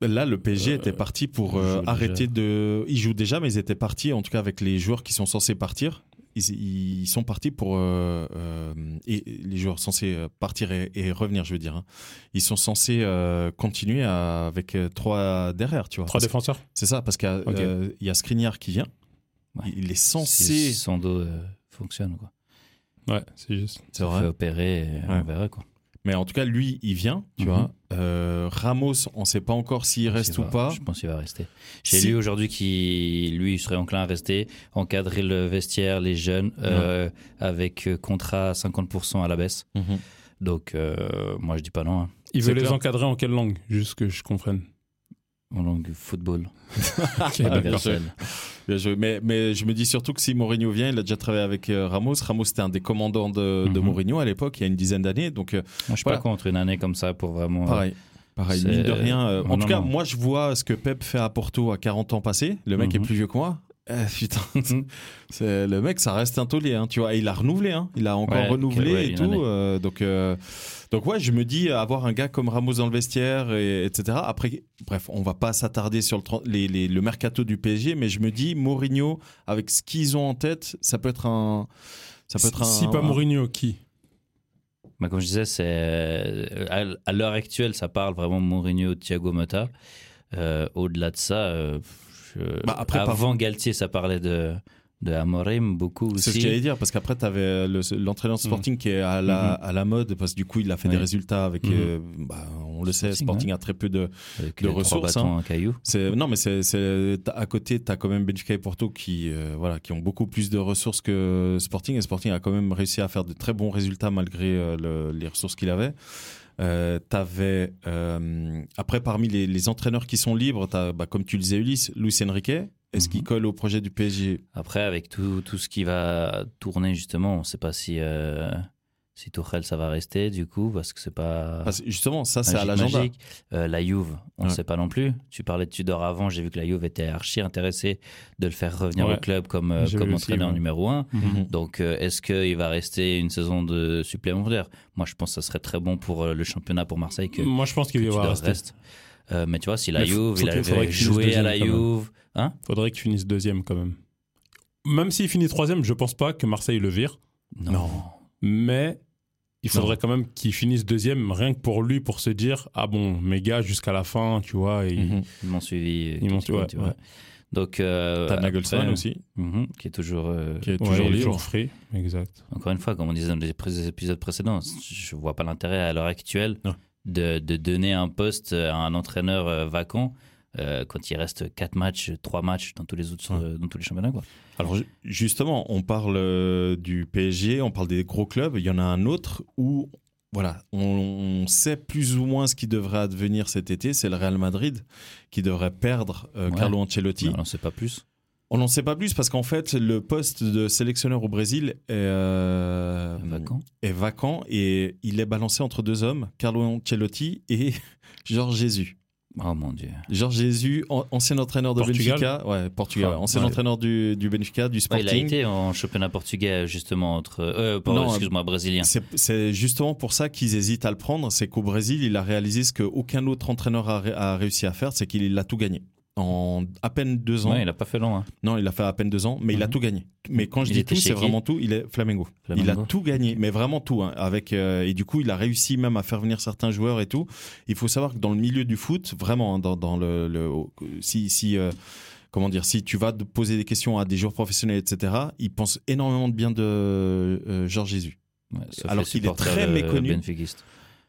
Speaker 3: Là, le PSG
Speaker 5: Euh,
Speaker 3: était parti pour
Speaker 5: ils
Speaker 3: euh,
Speaker 5: jouent déjà.
Speaker 3: arrêter de. Ils jouent déjà, mais ils étaient partis, en tout cas avec les joueurs qui sont censés partir. Ils, ils sont partis pour. euh, euh, et les joueurs censés euh, partir et, et revenir, je veux dire. hein. Ils sont censés euh, continuer à- avec euh, trois derrière, tu vois.
Speaker 5: Trois
Speaker 3: Parce-
Speaker 5: défenseurs
Speaker 3: C'est ça, parce qu'il y, a,
Speaker 5: Ok.
Speaker 3: euh, il y a Skriniar qui vient.
Speaker 4: Ouais.
Speaker 3: Il est
Speaker 4: Si
Speaker 3: censé.
Speaker 4: Sando euh, fonctionne, quoi.
Speaker 5: Ouais, c'est juste.
Speaker 3: C'est
Speaker 4: On fait opérer, et on
Speaker 3: Ouais.
Speaker 4: verra, quoi.
Speaker 3: Mais en tout cas, lui, il vient, tu
Speaker 4: Mhm.
Speaker 3: vois. Euh, Ramos, on ne sait pas encore s'il reste
Speaker 4: S'il
Speaker 3: ou
Speaker 4: va-
Speaker 3: pas.
Speaker 4: Je pense qu'il va rester. J'ai
Speaker 3: Si-
Speaker 4: lu aujourd'hui qu'il lui il serait enclin à rester, encadrer le vestiaire, les jeunes, euh, avec euh, contrat à 50% à la baisse.
Speaker 3: Mhm.
Speaker 4: Donc, euh, moi, je dis pas non. hein.
Speaker 5: Il
Speaker 3: C'est
Speaker 5: veut les
Speaker 3: clair.
Speaker 5: encadrer en quelle langue Juste que je comprenne.
Speaker 4: En langue football.
Speaker 5: Ok,
Speaker 4: Eh ben,
Speaker 3: Ah,
Speaker 5: d'accord.
Speaker 3: bien sûr.
Speaker 4: universelle.
Speaker 3: Bien joué. Mais, mais je me dis surtout que si Mourinho vient, il a déjà travaillé avec euh, Ramos. Ramos était un des commandants de, de
Speaker 4: Mhm.
Speaker 3: Mourinho à l'époque, il y a une dizaine d'années. Donc, euh,
Speaker 4: Moi, je suis
Speaker 3: Voilà.
Speaker 4: pas contre une année comme ça pour vraiment.
Speaker 3: pareil. Pareil,
Speaker 4: euh, C'est- Oh,
Speaker 3: mine de rien. euh, en
Speaker 4: Non,
Speaker 3: tout
Speaker 4: non,
Speaker 3: cas,
Speaker 4: non.
Speaker 3: moi, je vois ce que Pep fait à Porto à 40 ans passés. Le mec
Speaker 4: Mhm.
Speaker 3: est plus vieux que moi. Eh, putain, c'est- le mec, ça reste un taulier, hein, tu vois. Et il a renouvelé, hein. il a encore
Speaker 4: Ouais,
Speaker 3: renouvelé
Speaker 4: ok, ouais,
Speaker 3: et
Speaker 4: une année.
Speaker 3: tout. euh, donc, euh, donc, ouais, je me dis, euh, avoir un gars comme Ramos dans le vestiaire, et, etc. Après, bref, on va pas s'attarder sur le, tran- les- les- le mercato du PSG, mais je me dis, Mourinho, avec ce qu'ils ont en tête, ça peut être un. Ça peut être un-
Speaker 5: Si pas Mourinho, qui
Speaker 4: Mais Bah, comme je disais, c'est euh, à l- à l'heure actuelle, ça parle vraiment Mourinho, Thiago Motta. Euh, Au-delà de ça, euh, je-
Speaker 3: Bah, après, par-
Speaker 4: avant Galtier, ça parlait de, de Amorim beaucoup
Speaker 3: C'est
Speaker 4: aussi. Mm.
Speaker 3: ce que j'allais dire, parce qu'après, tu avais l'entraîneur sporting qui est à la,
Speaker 4: Mm-hmm.
Speaker 3: à la mode, parce que du coup, il a fait des
Speaker 4: Oui.
Speaker 3: résultats avec.
Speaker 5: Mhm.
Speaker 3: euh, bah, on le sait,
Speaker 4: Mm-hmm. Sporting,
Speaker 3: Sporting a très peu de.
Speaker 4: avec
Speaker 3: de
Speaker 4: les euh, trois
Speaker 3: ressources, hein.
Speaker 4: bâtons, un caillou.
Speaker 3: c'est- Non, mais c'est c'est- t'as- à côté, tu as quand même Benfica et Porto qui, euh, voilà, qui ont beaucoup plus de ressources que Sporting, et Sporting a quand même réussi à faire de très bons résultats malgré euh, le- les ressources qu'il avait. Euh, t'avais, euh, après, parmi les, les entraîneurs qui sont libres, t'as, bah, comme tu le disais, Ulysse, Luis Enrique. Est-ce
Speaker 4: Mhm.
Speaker 3: qu'il colle au projet du PSG
Speaker 4: Après, avec tout, tout ce qui va tourner, justement, on ne sait pas si, euh, si Tuchel, ça va rester, du coup, parce que c'est pas.
Speaker 3: Parce que Justement, ça, c'est à
Speaker 4: magique,
Speaker 3: l'agenda.
Speaker 4: magique. Euh, la Juve, on ne
Speaker 3: Ouais.
Speaker 4: sait pas non plus. Tu parlais de Tudor avant, j'ai vu que la Juve était archi intéressée de le faire revenir
Speaker 5: Ouais.
Speaker 4: au club comme, euh,
Speaker 5: J'ai
Speaker 4: comme
Speaker 5: vu aussi,
Speaker 4: entraîneur
Speaker 5: ouais.
Speaker 4: numéro un.
Speaker 3: Mhm.
Speaker 4: Donc, euh, est-ce qu'il va rester une saison de supplémentaire Moi, je pense que ça serait très bon pour euh, le championnat pour Marseille que,
Speaker 5: Moi, je pense
Speaker 4: que
Speaker 5: qu'il va
Speaker 4: Tudor
Speaker 5: rester.
Speaker 4: reste. Euh, mais tu vois, si la
Speaker 5: Mm. Mais faut-
Speaker 4: Juve,
Speaker 5: faut
Speaker 4: il
Speaker 5: qu'il- faudrait
Speaker 4: avait
Speaker 5: qu'il
Speaker 4: joué
Speaker 5: finisse
Speaker 4: à la
Speaker 5: deuxième, quand même.
Speaker 4: Juve, hein
Speaker 5: Faudrait qu'il finisse deuxième quand même. Même s'il finit troisième, je pense pas que Marseille le vire.
Speaker 4: non.
Speaker 5: Mais il
Speaker 3: Non.
Speaker 5: faudrait quand même qu'il finisse deuxième, rien que pour lui, pour se dire ah bon, mes gars, jusqu'à la fin, tu vois. et-
Speaker 3: Mhm.
Speaker 4: Ils m'ont suivi. euh,
Speaker 5: Ils m'ont-
Speaker 4: tout de suite,
Speaker 5: ouais,
Speaker 4: tu vois.
Speaker 5: ouais.
Speaker 4: Donc, euh,
Speaker 3: T'as
Speaker 4: après,
Speaker 3: Nagelsmann
Speaker 4: euh,
Speaker 3: aussi,
Speaker 4: mhm, qui est toujours. euh,
Speaker 3: qui est
Speaker 5: Ouais,
Speaker 3: toujours
Speaker 5: il est
Speaker 3: libre.
Speaker 5: toujours free, exact.
Speaker 4: Encore une fois, comme on disait dans les pré- épisodes précédents, je vois pas l'intérêt à l'heure actuelle
Speaker 3: Non.
Speaker 4: de, de donner un poste à un entraîneur euh, vacant euh, quand il reste 4 matchs, 3 matchs dans tous les autres euh, dans tous les championnats quoi.
Speaker 3: Alors ju- justement, on parle euh, du PSG, on parle des gros clubs. Il y en a un autre où voilà, on, on sait plus ou moins ce qui devrait advenir cet été. C'est le Real Madrid qui devrait perdre euh,
Speaker 4: Ouais.
Speaker 3: Carlo Ancelotti.
Speaker 4: on sait pas plus.
Speaker 3: On n'en sait pas plus parce qu'en fait, le poste de sélectionneur au Brésil est, euh,
Speaker 4: Vacant.
Speaker 3: est vacant et il est balancé entre deux hommes, Carlo Ancelotti et Georges Jésus.
Speaker 4: Oh mon dieu.
Speaker 3: Georges Jésus, an- ancien entraîneur de
Speaker 5: Portugal.
Speaker 3: Benfica, ouais, Portugal,
Speaker 5: Ah,
Speaker 3: ancien
Speaker 5: ouais.
Speaker 3: entraîneur du, du Benfica, du
Speaker 4: Ouais, il
Speaker 3: Sporting.
Speaker 4: a été en championnat portugais justement entre. Euh, pas-
Speaker 3: Non,
Speaker 4: excuse-moi, brésilien.
Speaker 3: C'est- C'est justement pour ça qu'ils hésitent à le prendre. C'est qu'au Brésil, il a réalisé ce qu'aucun autre entraîneur a, ré- a réussi à faire, c'est qu'il a tout gagné. En à peine deux ans.
Speaker 4: Ouais, il a pas fait long. hein.
Speaker 3: Non, il a fait à peine deux ans, mais il a
Speaker 4: Mhm.
Speaker 3: tout gagné. Mais quand je
Speaker 4: Il
Speaker 3: dis
Speaker 4: était
Speaker 3: tout,
Speaker 4: chez
Speaker 3: c'est
Speaker 4: qui
Speaker 3: vraiment tout. Il est Flamengo.
Speaker 4: Flamengo.
Speaker 3: Il a tout gagné, mais vraiment tout. hein, avec, euh, et du coup, il a réussi même à faire venir certains joueurs et tout. Il faut savoir que dans le milieu du foot, vraiment, hein, dans, dans le, le- au- si, si, euh, comment dire, si tu vas te poser des questions à des joueurs professionnels, etc., ils pensent énormément de bien de euh, Georges Jésus.
Speaker 4: Ouais, sauf
Speaker 3: Alors
Speaker 4: les
Speaker 3: qu'il est
Speaker 4: supporters,
Speaker 3: très
Speaker 4: euh,
Speaker 3: méconnu.
Speaker 4: benfiquistes.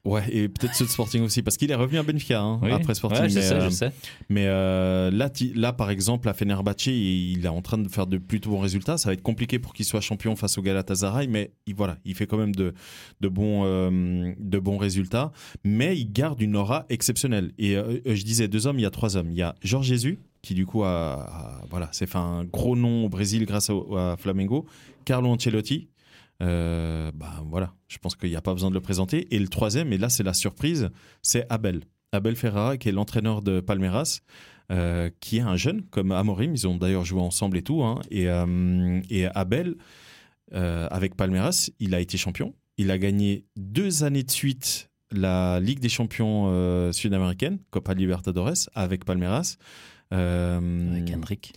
Speaker 3: Ouais, et peut-être ceux de Sporting aussi, parce qu'il est revenu à Benfica hein,
Speaker 4: Oui.
Speaker 3: après Sporting.
Speaker 4: Ouais, je
Speaker 3: mais
Speaker 4: sais,
Speaker 3: euh,
Speaker 4: je sais.
Speaker 3: mais, euh, là, ti- là, par exemple, à Fenerbahce, il est en train de faire de plutôt bons résultats. Ça va être compliqué pour qu'il soit champion face au Galatasaray, mais il, voilà, il fait quand même de, de, bons, euh, de bons résultats. Mais il garde une aura exceptionnelle. Et euh, je disais deux hommes, il y a trois hommes. Il y a Georges Jésus, qui du coup a, a- voilà, s'est fait un gros nom au Brésil grâce au- à Flamengo. Carlo Ancelotti. Euh, bah, voilà, je pense qu'il n'y a pas besoin de le présenter. Et le troisième, et là c'est la surprise, c'est Abel. Abel Ferrara, qui est l'entraîneur de Palmeiras, euh, qui est un jeune comme Amorim. Ils ont d'ailleurs joué ensemble et tout. hein. Et, euh, et Abel, euh, avec Palmeiras, il a été champion. Il a gagné deux années de suite la Ligue des champions euh, sud-américaine, Copa Libertadores, avec Palmeiras. Euh,
Speaker 4: Avec Hendrick.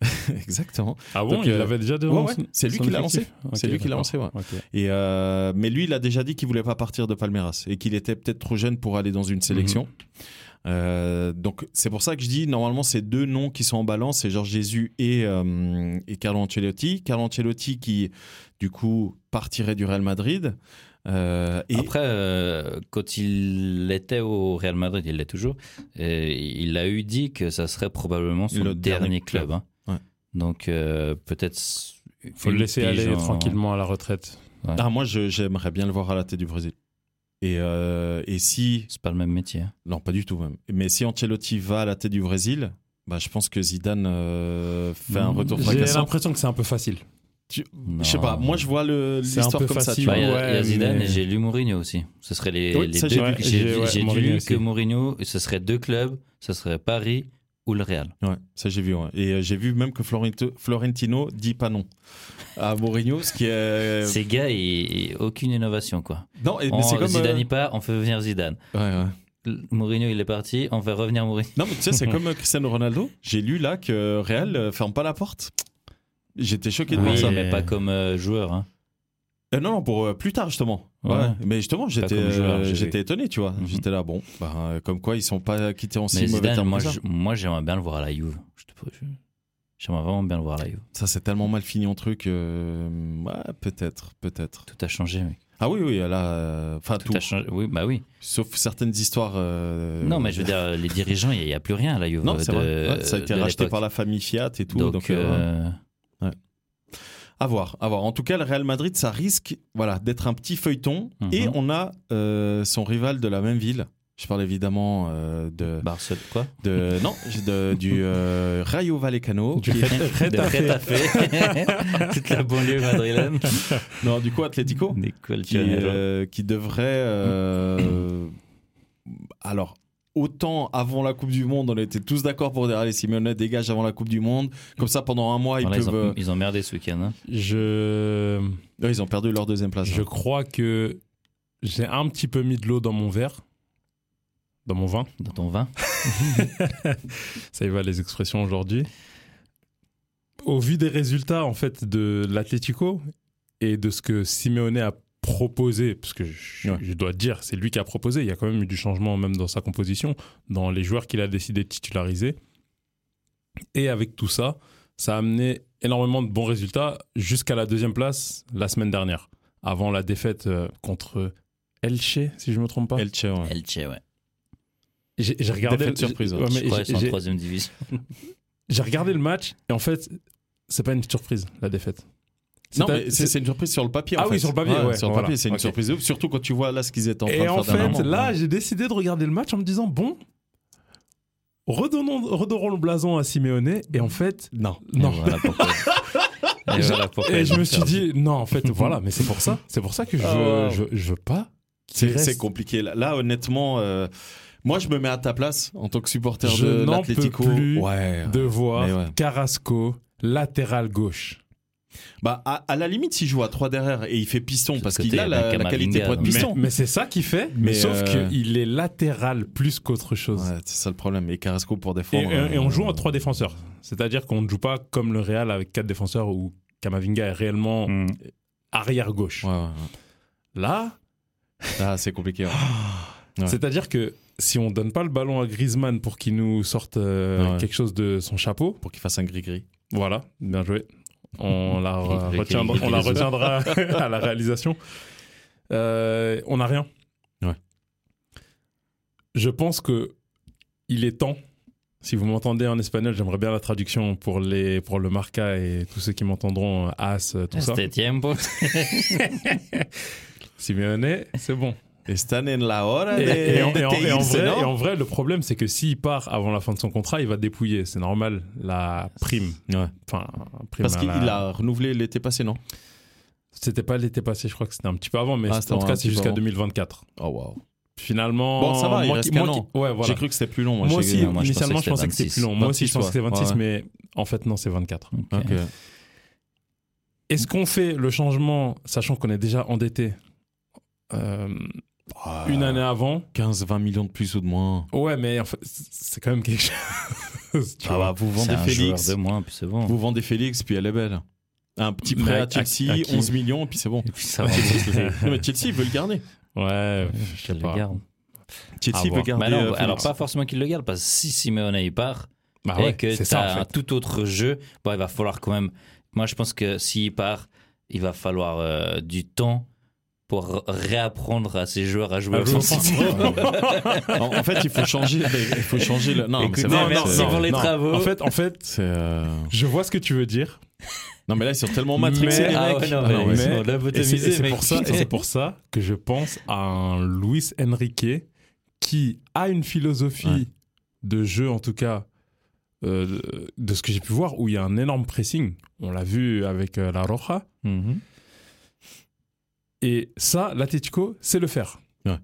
Speaker 3: exactement.
Speaker 5: Ah bon,
Speaker 3: Donc,
Speaker 5: il
Speaker 3: euh,
Speaker 5: l'avait déjà
Speaker 3: ouais,
Speaker 5: devant
Speaker 3: ouais, c'est lui qui l'a lancé. C'est lui qui l'a lancé, ouais. Et euh, mais lui, il a déjà dit qu'il voulait pas partir de Palmeiras et qu'il était peut-être trop jeune pour aller dans une sélection. Euh, donc c'est pour ça que je dis normalement ces deux noms qui sont en balance, c'est Georges Jésus et, euh, et Carlo Ancelotti. Carlo Ancelotti qui du coup partirait du Real Madrid. Euh, et
Speaker 4: Après, euh, quand il était au Real Madrid, il l'est toujours, euh, il a eu dit que ça serait probablement son
Speaker 3: Le dernier
Speaker 4: dernier, club. hein.
Speaker 3: Ouais.
Speaker 4: Donc, euh, peut-être. s-
Speaker 5: Faut
Speaker 4: une
Speaker 5: le laisser
Speaker 4: pige
Speaker 5: aller
Speaker 4: en-
Speaker 5: tranquillement à la retraite.
Speaker 3: ah, moi je- j'aimerais bien le voir à la tête du Brésil. Et, euh, et si
Speaker 4: C'est pas le même métier. hein.
Speaker 3: non pas du tout même, mais si Ancelotti va à la tête du Brésil, bah je pense que Zidane euh, fait un retour
Speaker 5: J'ai
Speaker 3: fracassant.
Speaker 5: l'impression que c'est un peu facile.
Speaker 3: Tu-
Speaker 4: Non.
Speaker 3: Je sais pas, moi je vois le-
Speaker 5: C'est un
Speaker 3: l'histoire
Speaker 5: peu
Speaker 3: comme ça. tu
Speaker 5: facile.
Speaker 3: vois.
Speaker 4: Bah, Il y a-
Speaker 5: Ouais,
Speaker 4: il y a Zidane
Speaker 5: mais-
Speaker 4: et j'ai lu Mourinho aussi. Ce serait les,
Speaker 3: Oui,
Speaker 4: les
Speaker 3: ça,
Speaker 4: deux.
Speaker 3: j'ai
Speaker 5: vu. J'ai-
Speaker 4: J'ai
Speaker 5: ouais,
Speaker 4: j'ai dû
Speaker 5: Mourinho
Speaker 4: lu
Speaker 5: aussi.
Speaker 4: que Mourinho, ce serait deux clubs, ce serait Paris ou le Real.
Speaker 3: Ouais, ça j'ai vu. ouais. Et euh, j'ai vu même que Florento- Florentino dit pas non à Mourinho, ce qui est.
Speaker 4: Ces gars, ils- ils- aucune innovation quoi.
Speaker 3: Non, Euh, et- mais
Speaker 4: On-
Speaker 3: c'est comme.
Speaker 4: Zidane
Speaker 3: euh,
Speaker 4: y part, on fait venir Zidane.
Speaker 3: ouais, ouais.
Speaker 4: L- Mourinho il est parti, on fait revenir Mourinho.
Speaker 3: Non, mais tu sais, c'est comme euh, Cristiano Ronaldo. J'ai lu là que euh, Real euh, ferme pas la porte. J'étais choqué de
Speaker 5: Ah,
Speaker 3: voir
Speaker 4: Oui,
Speaker 3: ça.
Speaker 4: mais pas comme euh, joueur. hein.
Speaker 3: Euh, non, non, pour euh, plus tard justement. Ouais.
Speaker 4: Ouais.
Speaker 3: Mais justement, j'étais,
Speaker 4: comme joueur,
Speaker 3: euh,
Speaker 4: j'ai vu.
Speaker 3: j'étais étonné, tu vois.
Speaker 4: Mhm.
Speaker 3: J'étais là, bon, bah, euh, comme quoi ils sont pas quittés en si
Speaker 4: Mais
Speaker 3: mauvais
Speaker 4: Zidane,
Speaker 3: termes.
Speaker 4: moi,
Speaker 3: que ça.
Speaker 4: je- moi j'aimerais bien le voir à la Juve. Je te pré- je- J'aimerais vraiment bien le voir à la Juve.
Speaker 3: Ça, c'est tellement mal fini en truc. euh, ouais, peut-être, peut-être.
Speaker 4: Tout a changé, mec.
Speaker 3: Ah oui, oui, là, euh, enfin
Speaker 4: Tout,
Speaker 3: tout,
Speaker 4: a changé. Oui, bah oui.
Speaker 3: sauf certaines histoires. euh,
Speaker 4: non, mais je veux dire, euh, les dirigeants, il n'y a, plus rien à la Juve.
Speaker 3: Non,
Speaker 4: euh,
Speaker 3: c'est
Speaker 4: de-
Speaker 3: vrai. Ouais, ça a été
Speaker 4: de
Speaker 3: racheté
Speaker 4: l'époque.
Speaker 3: par la famille Fiat et tout.
Speaker 4: Donc,
Speaker 3: Donc, euh,
Speaker 4: euh,
Speaker 3: à voir, à voir. En tout cas, le Real Madrid, ça risque, voilà, d'être un petit feuilleton.
Speaker 4: Mhm.
Speaker 3: Et on a euh, son rival de la même ville. Je parle évidemment euh, de,
Speaker 4: Barcelone, quoi
Speaker 3: de non, de- du euh, Rayo Vallecano.
Speaker 5: Du
Speaker 3: qui est-
Speaker 4: De Retafe. Toute la banlieue madrilène.
Speaker 3: non, du coup, Atlético.
Speaker 4: Nicole
Speaker 3: qui,
Speaker 4: Janeiro.
Speaker 3: euh, qui devrait. euh, alors, autant avant la Coupe du Monde, on était tous d'accord pour dire allez, Simeone dégage avant la Coupe du Monde. Comme ça, pendant un mois, ils
Speaker 4: Voilà,
Speaker 3: peuvent.
Speaker 4: ils,
Speaker 3: euh,
Speaker 4: ont, ils ont merdé ce week-end. hein.
Speaker 5: Je,
Speaker 3: ouais, ils ont perdu leur deuxième place.
Speaker 5: je
Speaker 3: hein.
Speaker 5: crois que j'ai un petit peu mis de l'eau dans mon verre, dans mon vin.
Speaker 4: Dans ton vin.
Speaker 5: Ça y va les expressions aujourd'hui. Au vu des résultats en fait de l'Atlético et de ce que Simeone a proposé, parce que je,
Speaker 3: Ouais.
Speaker 5: je dois dire, c'est lui qui a proposé. Il y a quand même eu du changement même dans sa composition, dans les joueurs qu'il a décidé de titulariser. Et avec tout ça, ça a amené énormément de bons résultats jusqu'à la deuxième place la semaine dernière, avant la défaite euh, contre Elche, si je me trompe pas.
Speaker 3: Elche, ouais.
Speaker 4: Elche, ouais.
Speaker 5: J'ai j'ai regardé.
Speaker 3: Défaite surprise, ouais.
Speaker 5: Ouais, mais
Speaker 4: Je crois qu'ils
Speaker 5: j'ai-
Speaker 4: sont en
Speaker 5: j'ai-
Speaker 4: troisième division.
Speaker 5: j'ai regardé le match et en fait, c'est pas une surprise la défaite.
Speaker 3: C'est
Speaker 5: Non,
Speaker 3: un-
Speaker 5: mais
Speaker 3: c'est
Speaker 5: c'est-
Speaker 3: c'est une surprise sur le papier. en
Speaker 5: Ah oui,
Speaker 3: fait.
Speaker 5: sur le papier, ouais,
Speaker 3: sur le
Speaker 5: voilà.
Speaker 3: papier, c'est une
Speaker 5: Ok.
Speaker 3: surprise de ouf. Surtout quand tu vois là ce qu'ils étaient en train
Speaker 5: Et
Speaker 3: de
Speaker 5: en
Speaker 3: faire. d'un
Speaker 5: fait,
Speaker 3: moment.
Speaker 5: là, j'ai décidé de regarder le match en me disant bon, redonnons, redorons le blason à Simeone. Et en fait,
Speaker 3: non.
Speaker 5: non.
Speaker 4: Et voilà pourquoi. Et voilà pourquoi
Speaker 5: Et
Speaker 4: ils
Speaker 5: je
Speaker 4: ont
Speaker 5: me suis
Speaker 4: perdu.
Speaker 5: dit non, en fait, Euh. voilà, mais c'est pour ça. C'est pour ça que je,
Speaker 3: Ah.
Speaker 5: je, je veux pas.
Speaker 3: C'est
Speaker 5: Il reste-
Speaker 3: c'est compliqué. Là, Là, honnêtement, euh, moi, je me mets à ta place en tant que supporter
Speaker 5: Je
Speaker 3: de
Speaker 5: n'en
Speaker 3: l'Atlético.
Speaker 5: peux plus
Speaker 3: Ouais.
Speaker 5: de voir
Speaker 3: mais ouais.
Speaker 5: Carrasco latéral gauche.
Speaker 3: Bah, à, à la limite, s'il joue à 3 derrière et il fait piston,
Speaker 4: De ce
Speaker 3: parce
Speaker 4: côté,
Speaker 3: qu'il a
Speaker 4: il y
Speaker 3: la,
Speaker 4: a
Speaker 3: la
Speaker 4: Camavinga,
Speaker 3: qualité pour être
Speaker 4: donc.
Speaker 5: Mais,
Speaker 3: piston.
Speaker 5: mais c'est ça qu'il fait. Mais,
Speaker 3: Mais
Speaker 5: sauf
Speaker 3: euh,
Speaker 5: qu'il est latéral plus qu'autre chose.
Speaker 3: Ouais, c'est ça le problème. Et Carrasco pour
Speaker 5: Et,
Speaker 3: défendre.
Speaker 5: et- et on joue en
Speaker 3: euh,
Speaker 5: trois défenseurs. C'est-à-dire qu'on ne joue pas comme le Real avec quatre défenseurs où Kamavinga est réellement
Speaker 4: Mm.
Speaker 5: arrière gauche.
Speaker 3: Ouais, ouais, ouais.
Speaker 5: Là,
Speaker 3: Là, c'est compliqué. hein, ouais. Ouais.
Speaker 5: C'est-à-dire que si on donne pas le ballon à Griezmann pour qu'il nous sorte euh,
Speaker 3: Ouais.
Speaker 5: quelque chose de son chapeau,
Speaker 3: Pour qu'il fasse un gris-gris.
Speaker 5: voilà, bien joué. On la re-
Speaker 4: Gris,
Speaker 5: retiendra,
Speaker 4: gris,
Speaker 5: on la
Speaker 4: gris.
Speaker 5: retiendra à la réalisation. Euh, on n'a rien.
Speaker 3: Ouais.
Speaker 5: Je pense que il est temps. Si vous m'entendez en espagnol, j'aimerais bien la traduction pour les pour le Marca et tous ceux qui m'entendront euh, As euh, tout ça.
Speaker 4: Este tiempo.
Speaker 5: Simeone, c'est bon.
Speaker 3: Están en la hora
Speaker 5: Et, et-
Speaker 3: de-
Speaker 5: et en,
Speaker 3: de
Speaker 5: et en- et en
Speaker 3: irse,
Speaker 5: vrai,
Speaker 3: non
Speaker 5: et en vrai, le problème, c'est que s'il part avant la fin de son contrat, il va dépouiller. C'est normal, la prime.
Speaker 3: Ouais.
Speaker 5: Enfin, prime
Speaker 3: Parce
Speaker 5: à
Speaker 3: qu'il
Speaker 5: la-
Speaker 3: il a renouvelé l'été passé, non
Speaker 5: C'était pas l'été passé, je crois que c'était un petit peu avant, mais
Speaker 3: Ah,
Speaker 5: c'est-
Speaker 3: c'était
Speaker 5: en tout
Speaker 3: un
Speaker 5: cas, c'est
Speaker 3: petit peu
Speaker 5: jusqu'à
Speaker 3: avant.
Speaker 5: 2024.
Speaker 3: Oh, waouh.
Speaker 5: Finalement.
Speaker 3: Bon, ça va, il
Speaker 5: moi
Speaker 3: reste
Speaker 5: qui- moi
Speaker 3: qu'un
Speaker 5: qui-
Speaker 3: an.
Speaker 5: Ouais, voilà.
Speaker 3: J'ai cru que c'était plus long.
Speaker 5: Moi
Speaker 3: j'ai-
Speaker 5: aussi,
Speaker 4: moi, je
Speaker 5: initialement, je pensais que c'était
Speaker 4: c'était
Speaker 5: plus long. Moi aussi,
Speaker 3: 26,
Speaker 5: je pensais que c'était
Speaker 3: ouais.
Speaker 5: 26,
Speaker 3: Ouais.
Speaker 5: mais en fait, non, c'est 24.
Speaker 4: Ok.
Speaker 3: Ok.
Speaker 5: Est-ce qu'on fait le changement, sachant qu'on est déjà endetté euh, une
Speaker 3: Ah.
Speaker 5: année avant
Speaker 3: 15-20 millions de plus ou de moins.
Speaker 5: Ouais, mais en fait, c'est quand même quelque chose. tu
Speaker 3: Ah
Speaker 5: vois.
Speaker 3: bah, vous
Speaker 4: C'est
Speaker 3: vendez
Speaker 4: un joueur
Speaker 3: Félix,
Speaker 4: de moins, puis c'est bon.
Speaker 3: vous vendez Félix, puis elle est belle. Un petit
Speaker 5: Mais
Speaker 3: prêt
Speaker 5: à-
Speaker 3: à Chelsea,
Speaker 5: à- à qui Ah,
Speaker 3: 11 millions, puis c'est bon.
Speaker 4: Et puis ça va.
Speaker 3: non, mais Chelsea veut le garder.
Speaker 5: Ouais, je
Speaker 4: Je
Speaker 5: sais
Speaker 4: le
Speaker 5: pas.
Speaker 4: garde. Ah,
Speaker 3: Chelsea
Speaker 5: À
Speaker 3: veut
Speaker 5: voir.
Speaker 3: garder.
Speaker 4: Bah non,
Speaker 3: euh,
Speaker 4: alors
Speaker 3: Félix.
Speaker 4: pas forcément qu'il le garde, parce que si Simeone y part,
Speaker 5: Bah
Speaker 4: et
Speaker 5: ouais,
Speaker 4: Eh, que
Speaker 5: c'est
Speaker 4: tu
Speaker 5: ça en fait.
Speaker 4: un tout autre jeu, bon, il va falloir quand même. Moi, je pense que s'il part, il va falloir euh, du temps pour réapprendre à ces joueurs à jouer
Speaker 5: Ah, je
Speaker 4: offensivement.
Speaker 3: en, en fait, il faut changer. Il faut changer. Le... Non, mais
Speaker 4: Écoutez,
Speaker 3: c'est vrai,
Speaker 4: merci
Speaker 3: c'est-
Speaker 4: pour les travaux.
Speaker 5: En fait, en fait,
Speaker 3: c'est, euh,
Speaker 5: je vois ce que tu veux dire.
Speaker 3: Non, mais là, ils sont tellement matrixés,
Speaker 5: Mais-
Speaker 3: les
Speaker 4: ah
Speaker 3: mecs.
Speaker 4: ouais, non,
Speaker 3: Ah, non,
Speaker 4: mais-
Speaker 3: ouais.
Speaker 4: sont là, vous
Speaker 5: et c'est-
Speaker 4: t'amusez,
Speaker 5: et c'est
Speaker 4: mec.
Speaker 5: pour ça, et c'est pour ça que je pense à un Luis Enrique qui a une philosophie
Speaker 3: Ouais.
Speaker 5: de jeu, en tout cas, euh, de ce que j'ai pu voir, où il y a un énorme pressing. On l'a vu avec euh, la Roja.
Speaker 3: Mhm.
Speaker 5: Et ça, l'Atletico, c'est le faire.
Speaker 3: Ouais.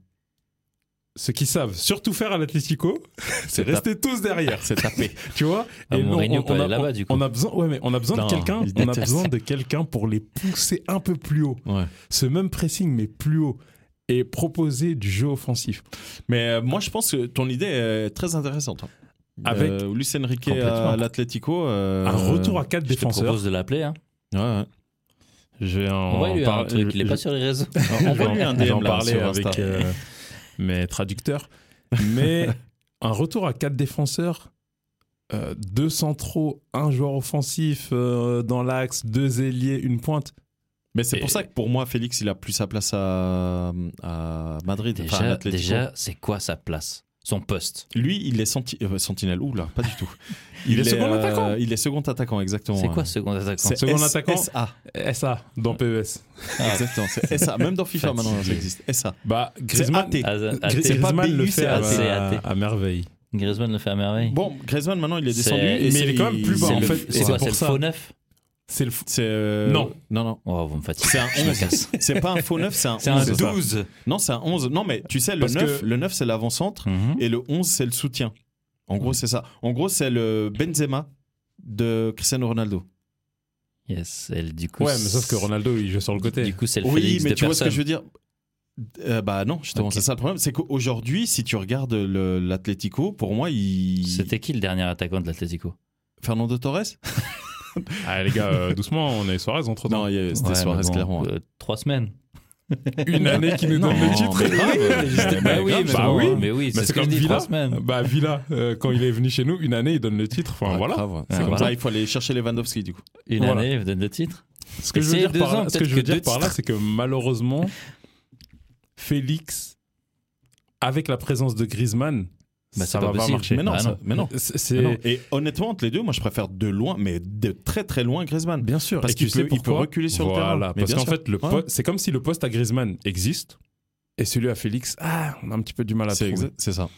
Speaker 5: Ceux qui savent surtout faire à l'Atletico, c'est
Speaker 3: tape-
Speaker 5: rester tous derrière.
Speaker 3: C'est tapé.
Speaker 5: tu vois
Speaker 4: Ah,
Speaker 5: non,
Speaker 4: Mourinho
Speaker 5: on,
Speaker 4: peut
Speaker 5: on a,
Speaker 4: aller là-bas,
Speaker 5: on-
Speaker 4: du coup.
Speaker 5: on a besoin ouais mais on a besoin
Speaker 3: Non,
Speaker 5: de quelqu'un
Speaker 3: il
Speaker 5: on a
Speaker 3: déteste.
Speaker 5: besoin de quelqu'un pour les pousser un peu plus haut
Speaker 3: Ouais.
Speaker 5: ce même pressing mais plus haut et proposer du jeu offensif
Speaker 3: Mais euh, moi, je pense que ton idée est très intéressante. hein.
Speaker 5: Avec-
Speaker 3: euh, Luis Enrique
Speaker 5: Complètement.
Speaker 3: à l'Atlético. euh,
Speaker 5: un retour à quatre
Speaker 4: Je te
Speaker 5: défenseurs
Speaker 4: propose de l'appeler. Hein.
Speaker 3: Ouais, ouais.
Speaker 5: j'ai un,
Speaker 4: On va lui un truc, il est pas sur les réseaux.
Speaker 3: Envoie-lui un DM, là,
Speaker 5: parler
Speaker 3: sur
Speaker 5: avec
Speaker 3: Insta.
Speaker 5: euh, mes traducteurs mais un retour à quatre défenseurs euh, deux centraux un joueur offensif euh, dans l'axe deux ailiers une pointe
Speaker 3: Mais c'est pour
Speaker 5: Et-
Speaker 3: ça que pour moi, Félix, il a plus sa place à, à Madrid. enfin, à
Speaker 4: Déjà,
Speaker 3: l'Atlético.
Speaker 4: déjà c'est quoi sa place Son poste
Speaker 3: Lui, il est senti- euh, sentinelle. Ouh là, pas du tout.
Speaker 5: Il est second
Speaker 3: euh,
Speaker 5: attaquant.
Speaker 3: Il est second attaquant, exactement.
Speaker 4: C'est quoi
Speaker 3: Euh,
Speaker 4: second attaquant
Speaker 3: c'est
Speaker 5: Second
Speaker 3: S- Ah,
Speaker 5: attaquant.
Speaker 3: SA.
Speaker 5: SA eh, dans E PES
Speaker 3: Exactement, c'est SA. Même dans FIFA maintenant, ça
Speaker 4: Fatigué.
Speaker 3: existe. SA.
Speaker 5: Bah,
Speaker 3: Griezmann-
Speaker 5: Griezmann,
Speaker 3: athée.
Speaker 4: Ah, ah,
Speaker 5: Gri-
Speaker 4: t'es-
Speaker 3: pas
Speaker 5: Griezmann
Speaker 3: BU,
Speaker 5: le
Speaker 3: c'est
Speaker 5: fait à,
Speaker 4: AT.
Speaker 5: à- à merveille.
Speaker 4: Griezmann le fait à merveille.
Speaker 3: Bon, Griezmann maintenant, il est
Speaker 4: C'est-
Speaker 3: descendu. et
Speaker 5: mais
Speaker 3: c'est-
Speaker 5: il est quand même plus bas,
Speaker 4: C'est
Speaker 5: en
Speaker 4: le-
Speaker 5: fait,
Speaker 4: c'est
Speaker 5: c'est
Speaker 4: quoi
Speaker 5: pour
Speaker 4: C'est le
Speaker 5: ça.
Speaker 4: faux neuf
Speaker 5: C'est le f-
Speaker 3: C'est euh,
Speaker 5: Non.
Speaker 3: Non, non.
Speaker 4: Oh, vous me fatiguez.
Speaker 3: C'est un
Speaker 4: Je me
Speaker 3: 11.
Speaker 4: casse.
Speaker 3: C'est pas un faux 9, c'est un
Speaker 4: C'est un
Speaker 3: 11.
Speaker 4: 12.
Speaker 3: Non, c'est un 11. Non, mais tu sais, le
Speaker 5: Parce
Speaker 3: 9,
Speaker 5: que-
Speaker 3: le 9 c'est l'avant-centre
Speaker 4: Mhm.
Speaker 3: et le 11, c'est le soutien. En gros, c'est ça. En gros, c'est le Benzema de Cristiano Ronaldo.
Speaker 4: Yes, elle, du coup.
Speaker 5: Ouais, mais sauf que Ronaldo, il joue sur le côté.
Speaker 4: Du coup, c'est le
Speaker 3: oui,
Speaker 4: Félix
Speaker 3: mais
Speaker 4: de
Speaker 3: tu vois ce que
Speaker 4: personne.
Speaker 3: je veux dire Euh, Bah non, justement,
Speaker 4: Ok.
Speaker 3: c'est ça le problème. C'est qu'aujourd'hui, si tu regardes le- l'Atlético, pour moi, il.
Speaker 4: C'était qui le dernier attaquant de l'Atlético
Speaker 3: Fernando Torres
Speaker 5: Ah, les gars, euh, doucement, on est Suarez entre temps.
Speaker 3: Non, il y a- c'était
Speaker 4: Ouais,
Speaker 3: Suarez,
Speaker 4: mais bon,
Speaker 3: clairement.
Speaker 4: euh, Trois semaines.
Speaker 5: Une année qui nous
Speaker 4: Non,
Speaker 5: donne le titre.
Speaker 3: mais grave. Ah,
Speaker 5: Mais
Speaker 4: Bah
Speaker 5: grave,
Speaker 4: mais
Speaker 5: bah
Speaker 4: bon,
Speaker 5: oui.
Speaker 4: mais oui,
Speaker 5: Mais
Speaker 4: c'est
Speaker 5: c'est
Speaker 4: ce que je
Speaker 5: comme
Speaker 4: dis, trois
Speaker 5: Villa.
Speaker 4: semaines.
Speaker 5: Bah, Villa, euh, quand il est venu chez nous, une année, il donne le titre. Enfin,
Speaker 3: Ouais,
Speaker 5: voilà.
Speaker 3: grave, ouais. C'est
Speaker 4: Ouais,
Speaker 3: comme
Speaker 4: Ah, voilà.
Speaker 3: ça, il faut aller chercher Lewandowski, du coup.
Speaker 4: Une
Speaker 5: Voilà.
Speaker 4: année, vous donne le titre.
Speaker 5: Ce que je veux
Speaker 4: Essayez
Speaker 5: dire
Speaker 4: deux
Speaker 5: par là,
Speaker 4: ans,
Speaker 5: ce que
Speaker 4: peut-être
Speaker 5: je veux
Speaker 4: que
Speaker 5: dire
Speaker 4: deux
Speaker 5: par là,
Speaker 4: titres.
Speaker 5: c'est que malheureusement, Félix, avec la présence de Griezmann, ça
Speaker 4: Bah, c'est
Speaker 5: va
Speaker 4: pas
Speaker 5: pas
Speaker 4: possible.
Speaker 5: marcher.
Speaker 3: Mais non,
Speaker 4: Ah,
Speaker 3: ça-
Speaker 4: non.
Speaker 3: mais non.
Speaker 5: C'est-
Speaker 3: Mais non.
Speaker 5: C'est
Speaker 3: Et honnêtement, entre les deux, moi je préfère de loin, mais de très très loin Griezmann.
Speaker 5: bien sûr.
Speaker 3: Parce
Speaker 5: Et tu
Speaker 3: qu'il
Speaker 5: sais
Speaker 3: peut- il peut
Speaker 5: pourquoi
Speaker 3: reculer sur le
Speaker 5: Voilà,
Speaker 3: terrain. Mais
Speaker 5: Parce
Speaker 3: bien
Speaker 5: qu'en
Speaker 3: sûr.
Speaker 5: fait, le
Speaker 3: Ouais.
Speaker 5: poste- c'est comme si le poste à Griezmann existe et celui à Félix, ah, on a un petit peu du mal à
Speaker 3: C'est
Speaker 5: trouver.
Speaker 3: exa- c'est ça.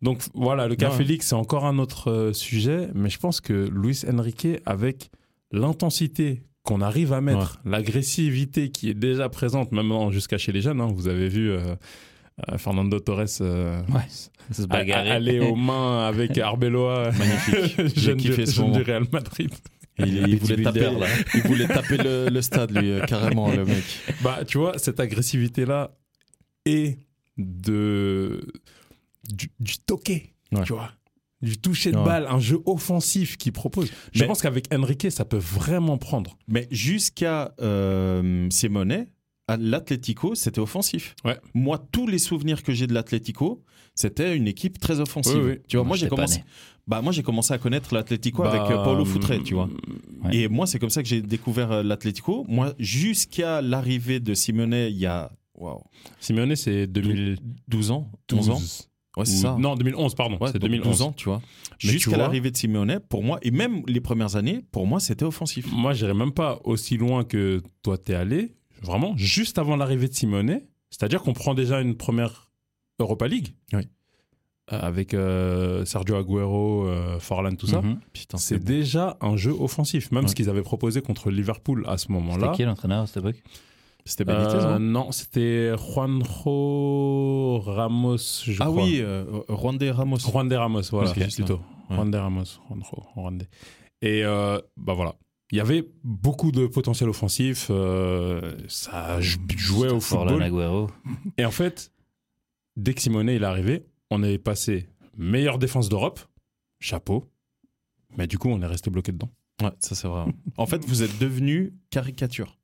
Speaker 5: Donc f- voilà, le cas
Speaker 3: Ouais.
Speaker 5: Félix, c'est encore un autre euh, sujet, mais je pense que Luis Enrique, avec l'intensité qu'on arrive à mettre, l'agressivité qui est déjà présente, même en- jusqu'à chez les jeunes, hein, vous avez vu euh, euh, Fernando Torres euh,
Speaker 4: Ouais, Ça se
Speaker 5: a- a-
Speaker 4: bagarrer.
Speaker 5: aller aux mains avec Arbeloa,
Speaker 3: Magnifique.
Speaker 5: jeune,
Speaker 3: J'ai kiffé
Speaker 5: du,
Speaker 3: ce
Speaker 5: jeune
Speaker 3: moment.
Speaker 5: du Real Madrid.
Speaker 3: Il, il voulait
Speaker 4: Bodybuilder,
Speaker 3: taper,
Speaker 4: là.
Speaker 3: il voulait taper le, le stade, lui, euh, carrément, le mec.
Speaker 5: Bah, tu vois, cette agressivité-là et de... du, du toqué,
Speaker 3: Ouais.
Speaker 5: tu vois. Du toucher de
Speaker 3: Ouais.
Speaker 5: balle, un jeu offensif qui propose. Je
Speaker 3: Mais-
Speaker 5: pense qu'avec Enrique, ça peut vraiment prendre.
Speaker 3: Mais jusqu'à euh, Simone, à l'Atlético, c'était offensif.
Speaker 5: Ouais.
Speaker 3: Moi, tous les souvenirs que j'ai de l'Atlético, c'était une équipe très offensive.
Speaker 5: Oui, oui.
Speaker 3: Tu vois, moi, j'ai
Speaker 4: j'étais pas
Speaker 3: commencé,
Speaker 4: né.
Speaker 3: bah, moi, j'ai commencé à connaître l'Atlético avec
Speaker 5: Bah,
Speaker 3: euh, Paulo Foutré, tu vois.
Speaker 4: Ouais.
Speaker 3: Et moi, c'est comme ça que j'ai découvert euh, l'Atlético. Moi, jusqu'à l'arrivée de Simone, il y a waouh,
Speaker 5: Simeone, c'est 2012.
Speaker 3: 12 ans, 11 ans. Ouais, c'est
Speaker 5: Ou-
Speaker 3: ça.
Speaker 5: Non, 2011, pardon.
Speaker 3: Ouais,
Speaker 5: c'est
Speaker 3: donc
Speaker 5: 2011.
Speaker 3: 12 ans, tu vois.
Speaker 5: Mais tu
Speaker 3: Jusqu'à
Speaker 5: vois-
Speaker 3: l'arrivée de Simeone, pour moi, et même les premières années, pour moi, c'était offensif.
Speaker 5: Moi, j'irais même pas aussi loin que toi, t'es allé. Vraiment, juste avant l'arrivée de Simeone. C'est-à-dire qu'on prend déjà une première Europa League.
Speaker 3: Oui.
Speaker 5: Euh, Avec euh, Sergio Aguero, euh, Forlan, tout ça.
Speaker 4: Mhm.
Speaker 3: Putain,
Speaker 5: C'est
Speaker 3: c'est beau.
Speaker 5: déjà un jeu offensif. Même
Speaker 3: Ouais.
Speaker 5: ce qu'ils avaient proposé contre Liverpool à ce
Speaker 4: C'était
Speaker 5: moment-là.
Speaker 4: qui l'entraîneur à cette époque
Speaker 3: C'était
Speaker 5: Euh,
Speaker 3: Benitez, hein non
Speaker 5: non, c'était Juanjo Ramos, je
Speaker 3: Ah
Speaker 5: crois.
Speaker 3: oui, euh, Juan de Ramos.
Speaker 5: Juan de Ramos, voilà,
Speaker 3: Ok.
Speaker 5: plutôt.
Speaker 3: Ouais.
Speaker 5: Juan de Ramos, Juanjo, Juan de. Et euh, bah voilà. Il y avait beaucoup de potentiel offensif, euh, ça jou-
Speaker 3: Mmh,
Speaker 5: jouait au
Speaker 4: Forlan
Speaker 5: football.
Speaker 4: Agüero.
Speaker 5: Et en fait, dès que Simone il est arrivé, on est passé meilleure défense d'Europe, chapeau. Mais du coup, on est resté bloqué dedans.
Speaker 3: Ouais, ça c'est vrai. en fait, vous êtes devenu caricature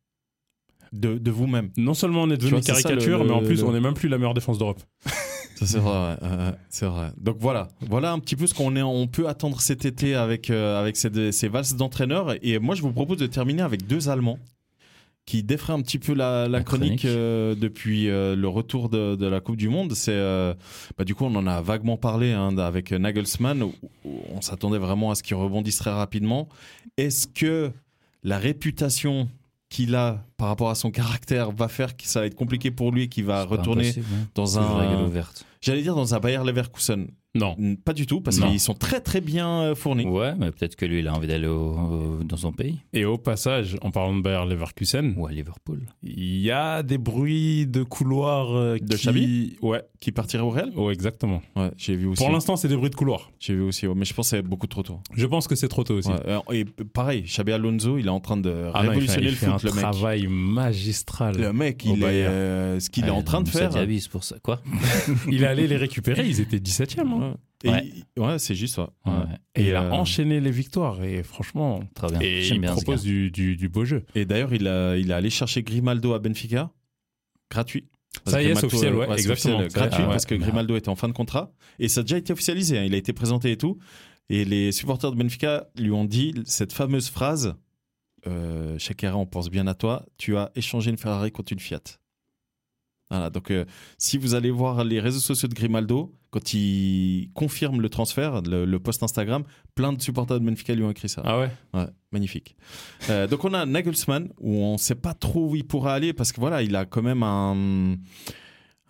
Speaker 3: de, de vous-même.
Speaker 5: Non seulement on est devenu
Speaker 3: vois, c'est ça,
Speaker 5: caricature,
Speaker 3: le-
Speaker 5: mais en
Speaker 3: le-
Speaker 5: plus,
Speaker 3: le-
Speaker 5: on n'est même plus la meilleure défense d'Europe.
Speaker 3: Ça c'est vrai. ouais, ouais, ouais, c'est vrai. Donc voilà, voilà un petit peu ce qu'on est, on peut attendre cet été avec euh, avec ces, ces valses d'entraîneurs. Et moi, je vous propose de terminer avec deux Allemands qui défraient un petit peu la, la
Speaker 4: La
Speaker 3: chronique,
Speaker 4: chronique.
Speaker 3: euh, depuis euh, le retour de, de la Coupe du Monde. C'est euh, bah, du coup, on en a vaguement parlé hein, avec Nagelsmann. où- où on s'attendait vraiment à ce qu'il rebondisse très rapidement. Est-ce que la réputation qu'il a par rapport à son caractère va faire que ça va être compliqué pour lui et qu'il va
Speaker 4: C'est pas
Speaker 3: retourner
Speaker 4: impossible, hein.
Speaker 3: dans
Speaker 4: Toujours la gueule
Speaker 3: un
Speaker 4: ouverte.
Speaker 3: J'allais dire dans un Bayer Leverkusen.
Speaker 5: Non.
Speaker 3: Mm, Pas du tout, parce
Speaker 4: Non.
Speaker 3: qu'ils sont très très bien euh, fournis.
Speaker 4: Ouais, mais peut-être que lui, il a envie d'aller au- au- dans son pays
Speaker 5: Et au passage, en parlant de Bayer Leverkusen,
Speaker 4: ou à Liverpool.
Speaker 5: il y a des bruits de couloirs euh,
Speaker 3: De
Speaker 5: qui...
Speaker 3: Xavi
Speaker 5: Ouais,
Speaker 3: Qui partirait au Real
Speaker 5: ouais, exactement.
Speaker 3: Ouais, j'ai vu aussi.
Speaker 5: Pour l'instant, c'est des bruits de couloir.
Speaker 3: J'ai vu aussi, ouais, mais je pense que c'est beaucoup trop tôt.
Speaker 5: Je pense que c'est trop tôt aussi.
Speaker 3: Ouais, euh, Et pareil, Xabi Alonso, il est en train de
Speaker 5: Ah non, il fait-
Speaker 3: révolutionner
Speaker 5: il fait
Speaker 3: le foot,
Speaker 5: un
Speaker 3: le mec.
Speaker 5: travail magistral.
Speaker 3: Le mec,
Speaker 5: Au
Speaker 3: il est,
Speaker 5: Bayern.
Speaker 3: euh, ce qu'il est en train de faire.
Speaker 4: Diaby, c'est pour ça. Quoi
Speaker 5: Il est allé les récupérer, ils étaient 17 e
Speaker 3: Ouais, Et
Speaker 4: Ouais.
Speaker 3: il- ouais, c'est juste ça.
Speaker 4: Ouais,
Speaker 5: Et, il a
Speaker 3: euh,
Speaker 5: enchaîné les victoires, et franchement...
Speaker 4: très bien.
Speaker 5: Et
Speaker 4: J'aime
Speaker 5: il
Speaker 4: bien ce
Speaker 5: propose du, du- du beau jeu.
Speaker 3: Et d'ailleurs, il a, il a allé chercher Grimaldo à Benfica, gratuit. Parce
Speaker 5: Ça y
Speaker 3: que
Speaker 5: est, c'est
Speaker 3: Mato-
Speaker 5: officiel, ouais,
Speaker 3: c'est
Speaker 5: exactement. Ça y est,
Speaker 3: gratuit
Speaker 5: ah ouais.
Speaker 3: parce que Grimaldo était en fin de contrat et ça a déjà été officialisé. hein, il a été présenté et tout. Et les supporters de Benfica lui ont dit cette fameuse phrase euh, Shakira, on pense bien à toi. Tu as échangé une Ferrari contre une Fiat. Voilà, donc euh, si vous allez voir les réseaux sociaux de Grimaldo, quand il confirme le transfert, le, le post Instagram, plein de supporters de Benfica lui ont écrit ça.
Speaker 5: Ah ouais
Speaker 3: Ouais, magnifique. Euh, donc on a Nagelsmann où on ne sait pas trop où il pourra aller parce que voilà, il a quand même un,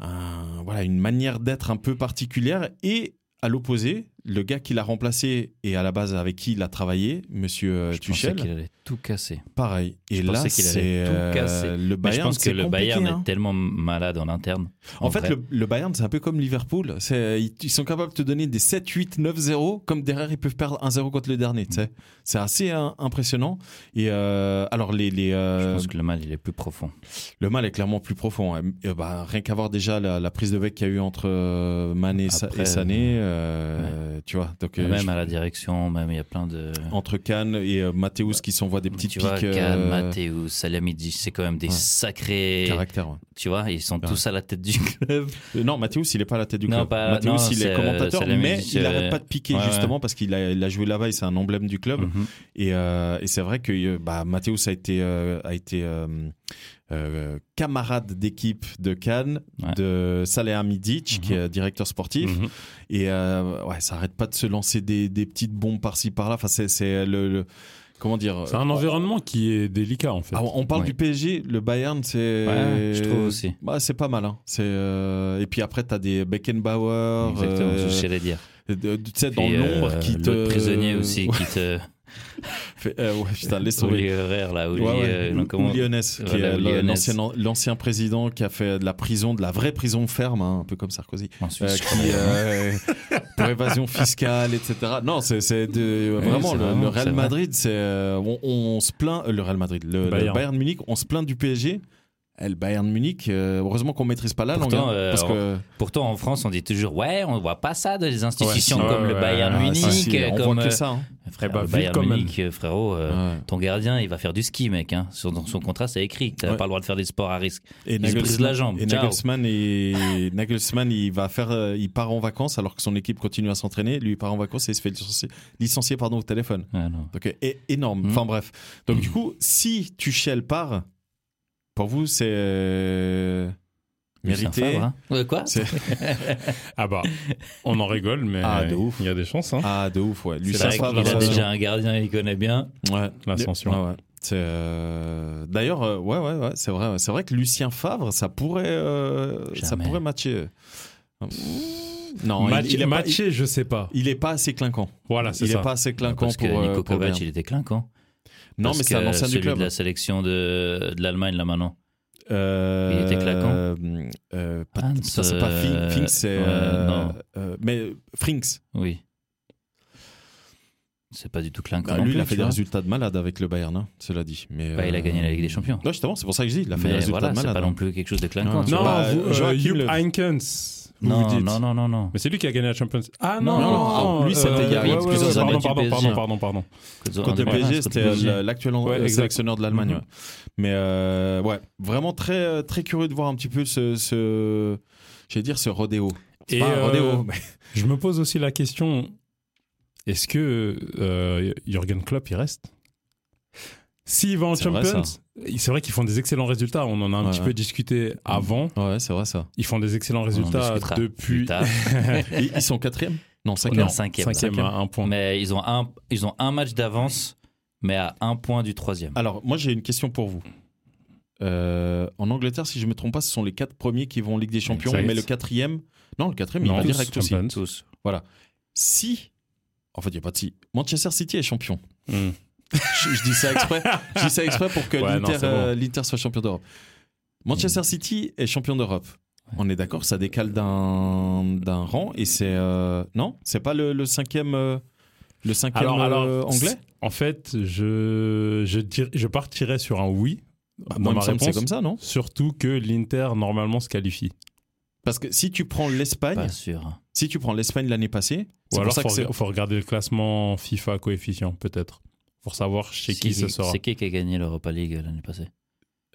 Speaker 3: un- voilà une manière d'être un peu particulière et à l'opposé, le gars qui l'a remplacé et à la base avec qui il a travaillé, Monsieur euh,
Speaker 4: Je pensais
Speaker 3: Tuchel,
Speaker 4: qu'il allait tout casser.
Speaker 3: pareil. Et
Speaker 4: je
Speaker 3: là,
Speaker 4: pensais qu'il
Speaker 3: c'est
Speaker 4: allait tout
Speaker 3: euh,
Speaker 4: casser.
Speaker 3: le
Speaker 4: Mais je
Speaker 3: Bayern.
Speaker 4: pense que
Speaker 3: c'est
Speaker 4: le
Speaker 3: compliqué,
Speaker 4: Bayern
Speaker 3: hein.
Speaker 4: est tellement malade en interne.
Speaker 3: En fait,
Speaker 4: vrai.
Speaker 3: le, le Bayern, c'est un peu comme Liverpool. C'est, euh, ils, ils sont capables de te donner des 7, 8, 9, 0, comme derrière, ils peuvent perdre 1-0 contre le dernier. tu
Speaker 4: Mm.
Speaker 3: sais. C'est assez hein, impressionnant. Et euh, alors, les, les,
Speaker 4: je
Speaker 3: euh,
Speaker 4: pense que le mal, il est plus profond.
Speaker 3: le mal est clairement plus profond. hein. Et bah, rien qu'avoir déjà la, la prise de bec qu'il y a eu entre euh, Mané et, Sa-
Speaker 4: Après, Ah,
Speaker 3: et Sané, euh, tu vois. Donc, euh,
Speaker 4: même
Speaker 3: je-
Speaker 4: à la direction, même il y a plein de.
Speaker 3: entre Cannes et euh, Mathéus qui s'envoient des petites
Speaker 4: tu
Speaker 3: piques.
Speaker 4: vois, Kahn,
Speaker 3: euh,
Speaker 4: Mathéus, Salamidzic, c'est quand même des
Speaker 3: ouais.
Speaker 4: sacrés.
Speaker 3: caractère, ouais.
Speaker 4: Tu vois, ils sont
Speaker 3: Ouais.
Speaker 4: tous à la tête du club.
Speaker 3: Euh, Non, Mathéus, il est pas à la tête du
Speaker 4: Non,
Speaker 3: club.
Speaker 4: pas-
Speaker 3: Mathéus,
Speaker 4: non,
Speaker 3: il est,
Speaker 4: c'est, euh,
Speaker 3: commentateur,
Speaker 4: c'est la
Speaker 3: mais
Speaker 4: musique,
Speaker 3: il
Speaker 4: euh,
Speaker 3: arrête pas de piquer,
Speaker 4: ouais, ouais.
Speaker 3: justement, parce qu'il a, il a joué là-bas et c'est un emblème du club.
Speaker 4: Mhm.
Speaker 3: Et, euh, et c'est vrai que euh, bah, Mathéus a été, euh, a été euh, euh, camarade d'équipe de Cannes,
Speaker 4: Ouais. Mm-hmm.
Speaker 3: de Salihamidzic,
Speaker 5: Mhm.
Speaker 3: qui est directeur sportif.
Speaker 5: Mhm.
Speaker 3: Et euh, ouais, ça arrête pas de se lancer des, des petites bombes par-ci par-là. Enfin, c'est- c'est le, le- Comment dire
Speaker 5: C'est un environnement qui est délicat en fait.
Speaker 3: Ah, on parle
Speaker 4: Ouais.
Speaker 3: du PSG, le Bayern, c'est.
Speaker 4: Ouais, je trouve aussi.
Speaker 3: Bah, c'est pas mal. hein. C'est, euh, Et puis après, t'as des Beckenbauer.
Speaker 4: Exactement,
Speaker 3: euh,
Speaker 4: c'est ce que j'allais dire.
Speaker 3: de- de- Tu sais, dans
Speaker 4: Puis,
Speaker 3: l'ombre
Speaker 4: euh,
Speaker 3: qui te.
Speaker 4: l'autre prisonnier aussi qui te.
Speaker 3: Fait- euh, ouais, putain, laisse tomber.
Speaker 4: Olivier Herrère, là. Olivier,
Speaker 3: Ouais, ouais.
Speaker 4: euh,
Speaker 3: Ou-
Speaker 4: non, comment-
Speaker 3: ou Lyonès, qui
Speaker 4: Voilà,
Speaker 3: est
Speaker 4: ou
Speaker 3: le-
Speaker 4: Lyonès.
Speaker 3: l'ancien, an- l'ancien président qui a fait de la prison, de la vraie prison ferme, hein, un peu comme Sarkozy,
Speaker 4: En Suisse,
Speaker 3: euh,
Speaker 4: je crois.
Speaker 3: qui, euh, pour évasion fiscale, etc. Non, c'est, c'est de-
Speaker 4: Ouais,
Speaker 3: vraiment,
Speaker 4: c'est
Speaker 3: le,
Speaker 4: vraiment,
Speaker 3: le
Speaker 4: c'est
Speaker 3: Real
Speaker 4: vrai.
Speaker 3: Madrid, c'est, euh, on, on se plaint, euh, le Real Madrid, le le
Speaker 5: Bayern.
Speaker 3: Bayern, Munich, on se plaint du PSG. Eh, Le Bayern Munich, euh, heureusement qu'on maîtrise pas la
Speaker 4: Pourtant,
Speaker 3: langue. hein,
Speaker 4: euh,
Speaker 3: parce que,
Speaker 4: Pourtant, en France, on dit toujours Ouais, on voit pas ça dans les institutions
Speaker 5: Ouais,
Speaker 4: comme
Speaker 5: ouais,
Speaker 4: le
Speaker 5: ouais,
Speaker 4: Bayern
Speaker 3: Ah,
Speaker 4: Munich.
Speaker 3: si, si,
Speaker 4: euh,
Speaker 3: on
Speaker 4: comme,
Speaker 3: voit que
Speaker 4: euh,
Speaker 3: ça. hein.
Speaker 4: Frère,
Speaker 5: Eh bah,
Speaker 4: le
Speaker 5: vive
Speaker 4: Bayern
Speaker 5: quand même.
Speaker 4: Munich, euh, frérot, euh,
Speaker 3: Ouais.
Speaker 4: ton gardien, il va faire du ski, mec. Hein. Sur, dans son contrat, c'est écrit. T'as
Speaker 3: Ouais.
Speaker 4: pas le droit de faire des sports à risque.
Speaker 3: Et
Speaker 4: Il se brise la jambe.
Speaker 3: Et
Speaker 4: Ciao.
Speaker 3: Nagelsmann, et Nagelsmann, il va faire, euh, il part en vacances alors que son équipe continue à s'entraîner. Lui, il part en vacances et il se fait licencier, licencier, pardon, au téléphone.
Speaker 4: Ah, non.
Speaker 3: Donc, euh, é- énorme.
Speaker 4: Mhm.
Speaker 3: Enfin, bref. Donc, du
Speaker 4: Mhm.
Speaker 3: coup, si Tuchel part, pour vous, c'est euh,
Speaker 4: Lucien
Speaker 3: mérité.
Speaker 4: Favre, hein. Ouais, quoi
Speaker 3: C'est-
Speaker 5: Ah bah, on en rigole, mais
Speaker 3: Ah, de ouf.
Speaker 5: il y a des chances. Hein.
Speaker 3: Ah, de ouf, ouais.
Speaker 4: C'est
Speaker 3: Lucien
Speaker 4: vrai qu'il
Speaker 3: Favre.
Speaker 4: a
Speaker 3: euh,
Speaker 4: déjà un gardien, il connaît bien.
Speaker 3: ouais.
Speaker 5: L'ascension.
Speaker 3: Ouais, ouais. C'est, euh, D'ailleurs, euh, ouais, ouais, ouais, c'est vrai. ouais. C'est vrai que Lucien Favre, ça pourrait, euh, ça
Speaker 4: Jamais.
Speaker 3: pourrait matcher. Non, Ah, il-
Speaker 5: Match-
Speaker 3: il, est pas-
Speaker 5: matché, je sais pas.
Speaker 3: il est pas assez clinquant.
Speaker 5: Voilà, c'est
Speaker 3: il
Speaker 5: ça.
Speaker 3: est pas assez clinquant
Speaker 4: Parce que
Speaker 3: pour. euh,
Speaker 4: Nico
Speaker 3: pour
Speaker 4: Kovac,
Speaker 3: bien.
Speaker 4: il était clinquant.
Speaker 3: Non,
Speaker 4: Parce
Speaker 3: mais c'est un
Speaker 4: que
Speaker 3: ancien du
Speaker 4: celui
Speaker 3: club. hein.
Speaker 4: de la sélection de, de l'Allemagne, là, maintenant.
Speaker 3: Euh,
Speaker 4: Il était clinquant.
Speaker 3: euh, euh, pas-
Speaker 4: Hans,
Speaker 3: ça, c'est pas Fink.
Speaker 4: euh,
Speaker 3: Fink, c'est.
Speaker 4: ouais,
Speaker 3: euh,
Speaker 4: non.
Speaker 3: euh, mais Frinks,
Speaker 4: Oui. C'est pas du tout clinquant. non
Speaker 3: Bah, lui, il
Speaker 4: plus,
Speaker 3: a fait
Speaker 4: tu
Speaker 3: des
Speaker 4: vois.
Speaker 3: résultats de malade avec le Bayern, hein, cela dit. Mais,
Speaker 4: Bah, il a
Speaker 3: euh,
Speaker 4: gagné la Ligue des Champions.
Speaker 3: Ouais, justement, c'est pour ça que je dis, il a fait des
Speaker 4: Mais
Speaker 3: résultats
Speaker 4: voilà,
Speaker 3: de
Speaker 4: c'est
Speaker 3: malade. hein.
Speaker 4: pas non plus quelque chose de clinquant.
Speaker 3: Ouais.
Speaker 4: tu
Speaker 5: Non,
Speaker 4: vois.
Speaker 3: Bah,
Speaker 5: vous, euh,
Speaker 3: Joachim
Speaker 5: Jupp
Speaker 3: Le-
Speaker 5: Heynckes, vous vous
Speaker 4: Non,
Speaker 5: dites.
Speaker 4: non, non, non, non.
Speaker 5: Mais c'est lui qui a gagné la Champions League. Ah non,
Speaker 3: Non,
Speaker 5: non,
Speaker 3: non,
Speaker 5: non, Euh,
Speaker 3: lui, c'était il y a
Speaker 5: ouais, ouais,
Speaker 3: plusieurs
Speaker 5: ouais,
Speaker 4: années
Speaker 5: Pardon,
Speaker 4: du
Speaker 5: pardon,
Speaker 4: PSG.
Speaker 5: pardon, pardon, pardon.
Speaker 3: Côté PSG, c'était euh,
Speaker 4: PSG.
Speaker 3: la- l'actuel en-
Speaker 5: Ouais,
Speaker 3: euh,
Speaker 5: exact.
Speaker 3: sélectionneur de l'Allemagne.
Speaker 4: Mm-hmm.
Speaker 5: Mhm.
Speaker 3: ouais. Mais euh, ouais, vraiment très, euh, très curieux de voir un petit peu ce. ce J'allais dire ce rodéo. C'est
Speaker 5: Et,
Speaker 3: pas un
Speaker 5: euh,
Speaker 3: rodéo, mais-
Speaker 5: Je me pose aussi la question est-ce que euh, Jürgen Klopp, il reste S'il va en
Speaker 3: C'est vrai,
Speaker 5: Champions,
Speaker 3: ça.
Speaker 5: c'est vrai qu'ils font des excellents résultats. On en a un
Speaker 3: Ouais,
Speaker 5: petit
Speaker 3: ouais.
Speaker 5: peu discuté avant.
Speaker 4: euh,
Speaker 3: Ouais, c'est vrai ça.
Speaker 5: Ils font des excellents résultats
Speaker 4: discutera
Speaker 5: depuis.
Speaker 4: plus tard.
Speaker 3: Ils, ils sont quatrième Non,
Speaker 4: Non,
Speaker 3: cinquième.
Speaker 4: cinquième. hein.
Speaker 5: Cinquième hein. à un point.
Speaker 4: Mais ils ont un, ils ont un match d'avance, mais à un point du troisième.
Speaker 3: Alors, moi, j'ai une question pour vous. Euh, en Angleterre, si je ne me trompe pas, ce sont les quatre premiers qui vont en Ligue des Champions,
Speaker 5: Exact.
Speaker 3: mais le quatrième. Non, le quatrième,
Speaker 5: Non,
Speaker 3: il va
Speaker 5: tous,
Speaker 3: direct aussi.
Speaker 5: Champions.
Speaker 4: Tous.
Speaker 3: Si. En fait, il n'y a pas de si. Manchester City est champion.
Speaker 5: Mm.
Speaker 3: je, je dis ça exprès. je dis ça exprès pour que
Speaker 5: Ouais, non,
Speaker 3: l'Inter,
Speaker 5: c'est bon. Mm.
Speaker 3: euh, l'Inter soit champion d'Europe. Manchester City est champion d'Europe. On est d'accord, ça décale d'un d'un rang et c'est euh, non, c'est pas le, le cinquième euh, le cinquième
Speaker 5: Alors, alors,
Speaker 3: euh, anglais.
Speaker 5: c'est- En fait, je, je, dir- je partirais sur un oui dans
Speaker 3: Ah, Bah, Moi, il me
Speaker 5: ma
Speaker 3: semble que c'est
Speaker 5: réponse.
Speaker 3: comme ça, non
Speaker 5: Surtout que l'Inter, normalement, se qualifie.
Speaker 3: Parce que si tu prends l'Espagne,
Speaker 5: Bah,
Speaker 4: Pas sûr.
Speaker 3: si tu prends l'Espagne l'année passée, c'est
Speaker 5: Ou
Speaker 3: pour
Speaker 5: alors,
Speaker 3: ça
Speaker 5: il
Speaker 3: que c'est.
Speaker 5: faut, faut regarder le classement FIFA coefficient, peut-être, pour savoir chez
Speaker 4: Si,
Speaker 5: qui
Speaker 4: si,
Speaker 5: ce sera.
Speaker 4: C'est qui qui a gagné l'Europa League l'année passée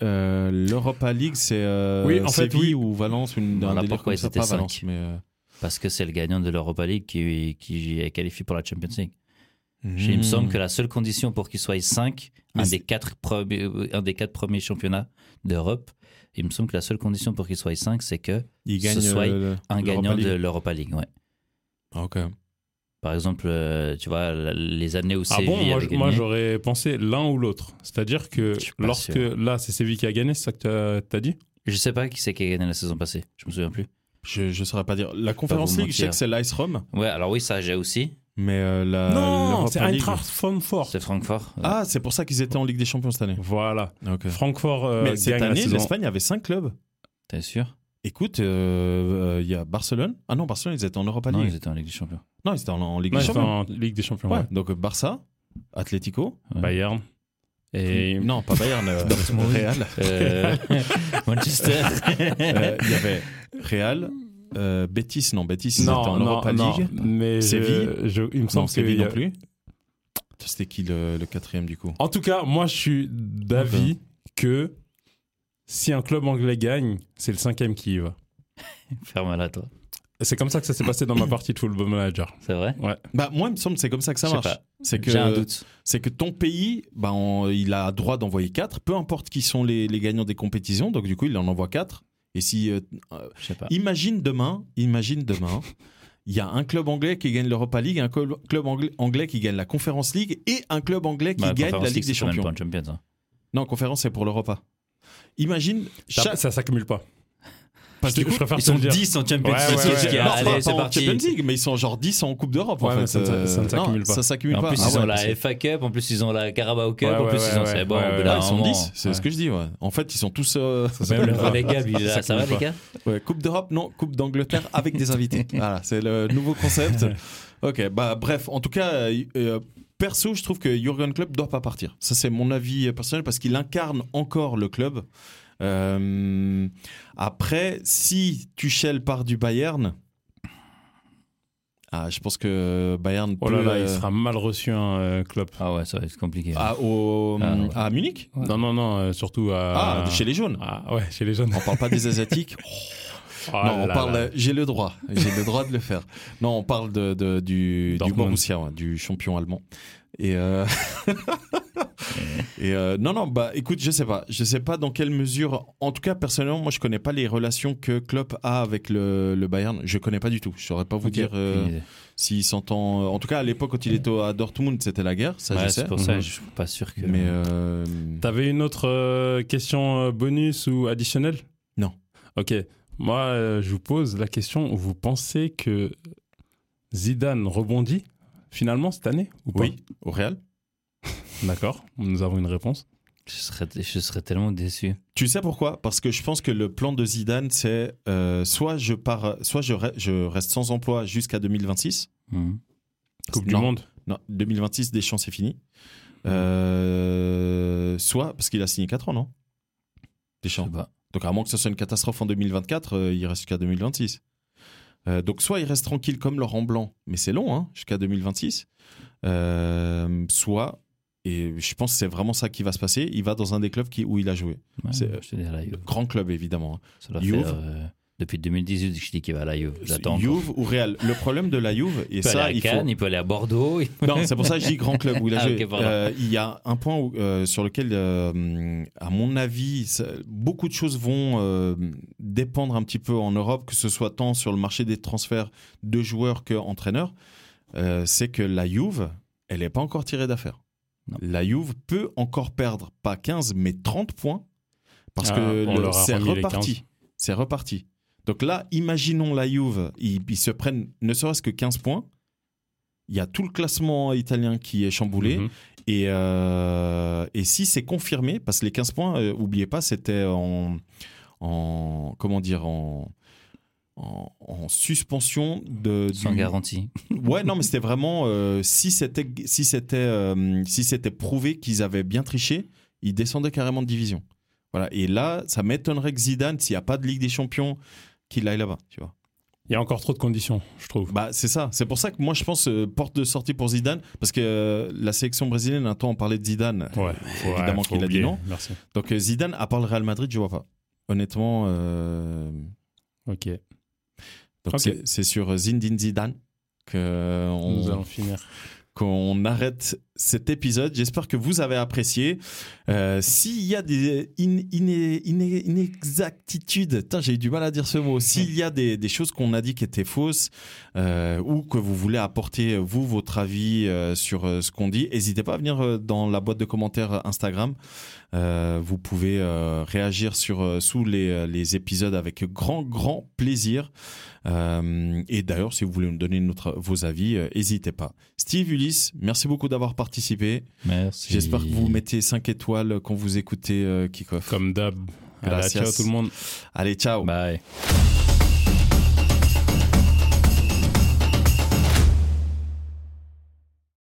Speaker 3: Euh, L'Europa League, c'est euh,
Speaker 5: Oui, en fait,
Speaker 3: Séville
Speaker 5: oui.
Speaker 3: ou Valence, une
Speaker 4: Voilà
Speaker 3: un délire
Speaker 4: pourquoi
Speaker 3: comme
Speaker 4: ils
Speaker 3: ça,
Speaker 4: étaient
Speaker 3: pas
Speaker 4: cinq.
Speaker 3: Valence, mais euh,
Speaker 4: Parce que c'est le gagnant de l'Europa League qui, qui est qualifié pour la Champions League. Il me semble
Speaker 3: Mmh.
Speaker 4: que la seule condition pour qu'il soit 5, un
Speaker 3: Hmm. Mais
Speaker 4: des, quatre premiers, euh, un des quatre premiers championnats d'Europe, il me semble que la seule condition pour qu'il soit 5, c'est que
Speaker 3: il
Speaker 4: ce
Speaker 3: gagne
Speaker 4: soit
Speaker 3: euh,
Speaker 4: un
Speaker 3: l'Europa
Speaker 4: gagnant
Speaker 3: League.
Speaker 4: de l'Europa League. Ouais.
Speaker 3: Ah, ok.
Speaker 4: Par exemple, euh, tu vois, la- les années où
Speaker 5: Ah
Speaker 4: Séville
Speaker 5: bon, moi,
Speaker 4: avait
Speaker 5: je- moi,
Speaker 4: gagné,
Speaker 5: j'aurais pensé l'un ou l'autre. C'est-à-dire que
Speaker 4: Je suis pas
Speaker 5: lorsque
Speaker 4: sûr.
Speaker 5: là, c'est Séville qui a gagné, c'est ça que tu as, dit
Speaker 4: je sais pas qui c'est qui a gagné la saison passée, je me souviens plus.
Speaker 3: Je je saurais pas dire. La Conférence
Speaker 4: vous
Speaker 3: League, je sais
Speaker 4: mentir.
Speaker 3: que c'est l'Ice Rome,
Speaker 4: Ouais, alors oui, ça j'ai aussi.
Speaker 3: mais euh, la
Speaker 5: Non,
Speaker 3: l'Europa
Speaker 5: c'est
Speaker 3: League-
Speaker 5: Eintracht Francfort.
Speaker 4: C'est Francfort. Euh, Ouais.
Speaker 3: Ah, c'est pour ça qu'ils étaient en Ligue des Champions cette année.
Speaker 5: Voilà.
Speaker 3: Ok.
Speaker 5: Francfort euh,
Speaker 3: Mais cette
Speaker 5: gagne la
Speaker 3: année,
Speaker 5: saison.
Speaker 3: l'Espagne avait cinq clubs.
Speaker 4: T'es sûr
Speaker 3: Écoute, euh, euh, il y a Barcelone. Ah non, Barcelone, ils étaient en Europa
Speaker 4: Non,
Speaker 3: League.
Speaker 4: ils étaient en Ligue des Champions.
Speaker 3: Non, ils étaient en, en Ligue
Speaker 5: Non,
Speaker 3: des
Speaker 5: ils sont
Speaker 3: Champions.
Speaker 5: en Ligue des Champions.
Speaker 3: Ouais.
Speaker 5: ouais.
Speaker 3: Donc Barça, Atlético.
Speaker 5: Bayern. Et
Speaker 3: Non, pas Bayern, euh,
Speaker 4: Dortmund.
Speaker 3: Real.
Speaker 4: Euh, Manchester.
Speaker 3: Euh, Il y avait Real, euh, Betis, non, Betis, ils étaient en Europa League.
Speaker 5: mais je-
Speaker 3: Séville
Speaker 5: je- il me
Speaker 3: Non,
Speaker 5: semble que
Speaker 3: Séville
Speaker 5: il y a-
Speaker 3: non plus. C'était qui le, le quatrième du coup
Speaker 5: En tout cas, moi, je suis d'avis que si un club anglais gagne, c'est le cinquième qui y va.
Speaker 4: Ferme-la, toi.
Speaker 5: Et c'est comme ça que ça s'est passé dans ma partie de Football Manager.
Speaker 4: C'est vrai
Speaker 5: Ouais.
Speaker 3: Bah, moi, il me semble que c'est comme ça que ça
Speaker 4: Je sais
Speaker 3: marche.
Speaker 4: pas.
Speaker 3: C'est
Speaker 4: J'ai un
Speaker 3: que,
Speaker 4: doute.
Speaker 3: c'est que ton pays, bah, on- il a droit d'envoyer 4, peu importe qui sont les, les gagnants des compétitions. Donc, du coup, il en envoie 4. Et si. euh, euh,
Speaker 4: Je sais pas.
Speaker 3: imagine demain, imagine demain, il y a un club anglais qui gagne l'Europa League, un col- club anglais, anglais qui gagne la Conference League et un club anglais qui
Speaker 4: Bah,
Speaker 3: gagne la
Speaker 4: Conference
Speaker 3: Ligue des
Speaker 4: c'est même
Speaker 3: Champions.
Speaker 4: pas une Champions, hein.
Speaker 3: Non, Conférence, c'est pour l'Europa. Imagine.
Speaker 5: Ça-
Speaker 3: chaque-
Speaker 5: Ça s'accumule pas.
Speaker 3: Parce que
Speaker 5: Je-
Speaker 3: du coup,
Speaker 5: je préfère
Speaker 4: Ils
Speaker 5: te le
Speaker 4: sont
Speaker 5: dire.
Speaker 4: 10 en Champions
Speaker 5: Ouais,
Speaker 4: League.
Speaker 5: ouais, ouais.
Speaker 4: ce qui est-
Speaker 3: Non,
Speaker 4: allez,
Speaker 3: pas-
Speaker 4: c'est
Speaker 3: pas en
Speaker 4: parti.
Speaker 3: Champions League, mais ils sont genre 10 en Coupe d'Europe
Speaker 5: Ouais,
Speaker 3: en fait.
Speaker 5: mais ça ne- ça ne
Speaker 3: Euh,
Speaker 5: s'accumule
Speaker 3: non,
Speaker 5: pas.
Speaker 3: Ça s'accumule
Speaker 4: Et En
Speaker 3: pas.
Speaker 4: plus,
Speaker 3: Ah
Speaker 4: ils ont
Speaker 3: ouais,
Speaker 4: la
Speaker 3: parce que-
Speaker 4: FA Cup, en plus, ils ont la Carabao Cup,
Speaker 5: Ouais,
Speaker 4: en
Speaker 5: ouais,
Speaker 4: plus, ils ont.
Speaker 5: ouais,
Speaker 4: C'est
Speaker 5: ouais,
Speaker 4: bon,
Speaker 5: ouais,
Speaker 4: au bout
Speaker 3: Ah,
Speaker 5: ouais.
Speaker 4: d'un
Speaker 3: ils sont
Speaker 4: moment.
Speaker 3: 10, c'est
Speaker 5: Ouais.
Speaker 3: ce que je dis. ouais. En fait, ils sont tous. euh,
Speaker 5: s'accumule
Speaker 4: Même
Speaker 5: pas.
Speaker 4: les gars, ils-
Speaker 5: Ça
Speaker 4: ça va,
Speaker 5: s'accumule
Speaker 4: les gars
Speaker 3: ouais, coupe d'Europe, non, Coupe d'Angleterre avec des invités. voilà, c'est le nouveau concept. ok, bah bref, en tout cas, euh, euh, perso, je trouve que Jurgen Klopp doit pas partir. Ça, c'est mon avis personnel parce qu'il incarne encore le club. Euh, après, si Tuchel part du Bayern. Ah, je pense que Bayern
Speaker 5: Oh là
Speaker 3: peut,
Speaker 5: là, il
Speaker 3: euh,
Speaker 5: sera mal reçu hein, euh, un club.
Speaker 4: Ah ouais, ça va être compliqué.
Speaker 3: à, au-
Speaker 4: Ah, ouais.
Speaker 3: à Munich
Speaker 4: Ouais.
Speaker 5: Non, non, non, euh, surtout à.
Speaker 3: Ah, chez les jaunes.
Speaker 5: Ah, ouais, chez les jeunes.
Speaker 3: On parle pas des Asiatiques.
Speaker 5: Ah
Speaker 3: non, on
Speaker 5: là
Speaker 3: parle. euh,
Speaker 5: là.
Speaker 3: J'ai le droit. J'ai le droit de le faire. Non, on parle de, de- du, du
Speaker 5: Dortmund.
Speaker 3: Borussia, ouais, du champion allemand. Et, euh, et euh, non, non. Bah, écoute, je sais pas. Je sais pas dans quelle mesure. En tout cas, personnellement, moi, je connais pas les relations que Klopp a avec le, le Bayern. Je connais pas du tout. Je saurais pas vous
Speaker 4: Ok.
Speaker 3: dire euh,
Speaker 4: Aucune idée.
Speaker 3: s'il s'entend. En tout cas, à l'époque, quand il était au- à Dortmund, c'était la guerre. Ça,
Speaker 4: Ouais,
Speaker 3: je sais.
Speaker 4: c'est pour ça,
Speaker 5: Mhm.
Speaker 4: je suis pas sûr que.
Speaker 3: Mais euh,
Speaker 5: T'avais une autre euh, question euh, bonus ou additionnelle
Speaker 3: Non.
Speaker 5: Ok. Moi, euh, je vous pose la question vous pensez que Zidane rebondit finalement cette année ou pas
Speaker 3: oui, au Real.
Speaker 5: D'accord, nous avons une réponse.
Speaker 4: Je serais, je serais tellement déçu.
Speaker 3: Tu sais pourquoi Parce que je pense que le plan de Zidane, c'est euh, soit je pars, soit je, re- je reste sans emploi jusqu'à 2026.
Speaker 4: Mhm.
Speaker 5: Coupe du
Speaker 3: Non.
Speaker 5: Monde
Speaker 3: Non, 2026, Deschamps, c'est fini.
Speaker 4: Mmh.
Speaker 3: Euh, soit parce qu'il a signé 4 ans, non
Speaker 4: Je
Speaker 3: Deschamps.
Speaker 4: sais pas.
Speaker 3: Donc à moins que ce soit une catastrophe en 2024, euh, il reste jusqu'à 2026. Euh, donc soit il reste tranquille comme Laurent Blanc, mais c'est long, hein, jusqu'à 2026. Euh, soit, et je pense que c'est vraiment ça qui va se passer, il va dans un des clubs qui- où il a joué.
Speaker 4: Ouais,
Speaker 3: C'est-
Speaker 4: je te dis à la
Speaker 3: Le
Speaker 4: Juve.
Speaker 3: grand club, évidemment. hein.
Speaker 4: Ça doit
Speaker 3: Juve.
Speaker 4: faire, euh, depuis 2018 que je dis qu'il va à la Juve. J'attends. encore.
Speaker 3: Juve ou Real. Le problème de la Juve, et
Speaker 4: Il peut
Speaker 3: ça,
Speaker 4: aller à
Speaker 3: il faut,
Speaker 4: Cannes, il peut aller à Bordeaux. il-
Speaker 3: Non, c'est pour ça que je dis grand club où il a
Speaker 4: Ah,
Speaker 3: joué.
Speaker 4: ok, pardon.
Speaker 3: Euh, il y a un point où, euh, sur lequel, euh, à mon avis, ça- beaucoup de choses vont euh, dépendre un petit peu en Europe, que ce soit tant sur le marché des transferts de joueurs qu'entraîneurs. Euh, c'est que la Juve, elle n'est pas encore tirée d'affaire.
Speaker 4: Non.
Speaker 3: La Juve peut encore perdre, pas 15, mais 30 points, parce
Speaker 5: Ah,
Speaker 3: que
Speaker 5: on
Speaker 3: le-
Speaker 5: leur a
Speaker 3: c'est
Speaker 5: remis les
Speaker 3: reparti. C'est reparti. Donc là, imaginons la Juve, ils, ils se prennent ne serait-ce que 15 points. Il y a tout le classement italien qui est chamboulé.
Speaker 5: Mhm.
Speaker 3: Et, euh, et si c'est confirmé, parce que les 15 points, euh, oubliez pas, c'était en, en- Comment dire En, en, en suspension de.
Speaker 4: Sans
Speaker 3: du-
Speaker 4: garantie.
Speaker 3: Ouais, non, mais c'était vraiment. euh, si c'était si c'était euh, si c'était prouvé qu'ils avaient bien triché, ils descendaient carrément de division. Voilà. Et là, ça m'étonnerait que Zidane, s'il n'y a pas de Ligue des Champions, qu'il aille là-bas, tu vois.
Speaker 5: Il y a encore trop de conditions, je trouve.
Speaker 3: Bah, c'est ça. C'est pour ça que moi, je pense euh, porte de sortie pour Zidane. Parce que euh, la sélection brésilienne, un temps, on parlait de Zidane.
Speaker 5: Ouais,
Speaker 3: évidemment
Speaker 5: faut
Speaker 3: qu'il a dit
Speaker 5: oublier.
Speaker 3: non.
Speaker 5: Merci.
Speaker 3: Donc, euh, Zidane, à part le Real Madrid, je vois pas. Honnêtement, euh,
Speaker 5: Ok,
Speaker 3: donc
Speaker 5: Ok.
Speaker 3: c'est- c'est sur Zindine Zidane que
Speaker 5: nous
Speaker 3: on,
Speaker 5: allons finir.
Speaker 3: qu'on arrête cet épisode. J'espère que vous avez apprécié. Euh, S'il y a des in- iné- iné- inexactitudes, Putain, j'ai eu du mal à dire ce mot. S'il y a des, des choses qu'on a dit qui étaient fausses euh, ou que vous voulez apporter vous votre avis euh, sur euh, ce qu'on dit, n'hésitez pas à venir euh, dans la boîte de commentaires Instagram. Euh, vous pouvez euh, réagir sur euh, sous les, euh, les épisodes avec grand grand plaisir. Euh, et d'ailleurs, si vous voulez nous donner notre, vos avis, euh, n'hésitez pas. Steve Ulysse, merci beaucoup d'avoir participé.
Speaker 4: Merci.
Speaker 3: J'espère que vous mettez 5 étoiles quand vous écoutez euh, Kickoff.
Speaker 5: Comme d'hab. Allez,
Speaker 3: Gracias.
Speaker 5: Ciao tout le monde.
Speaker 3: Allez, ciao.
Speaker 4: Bye.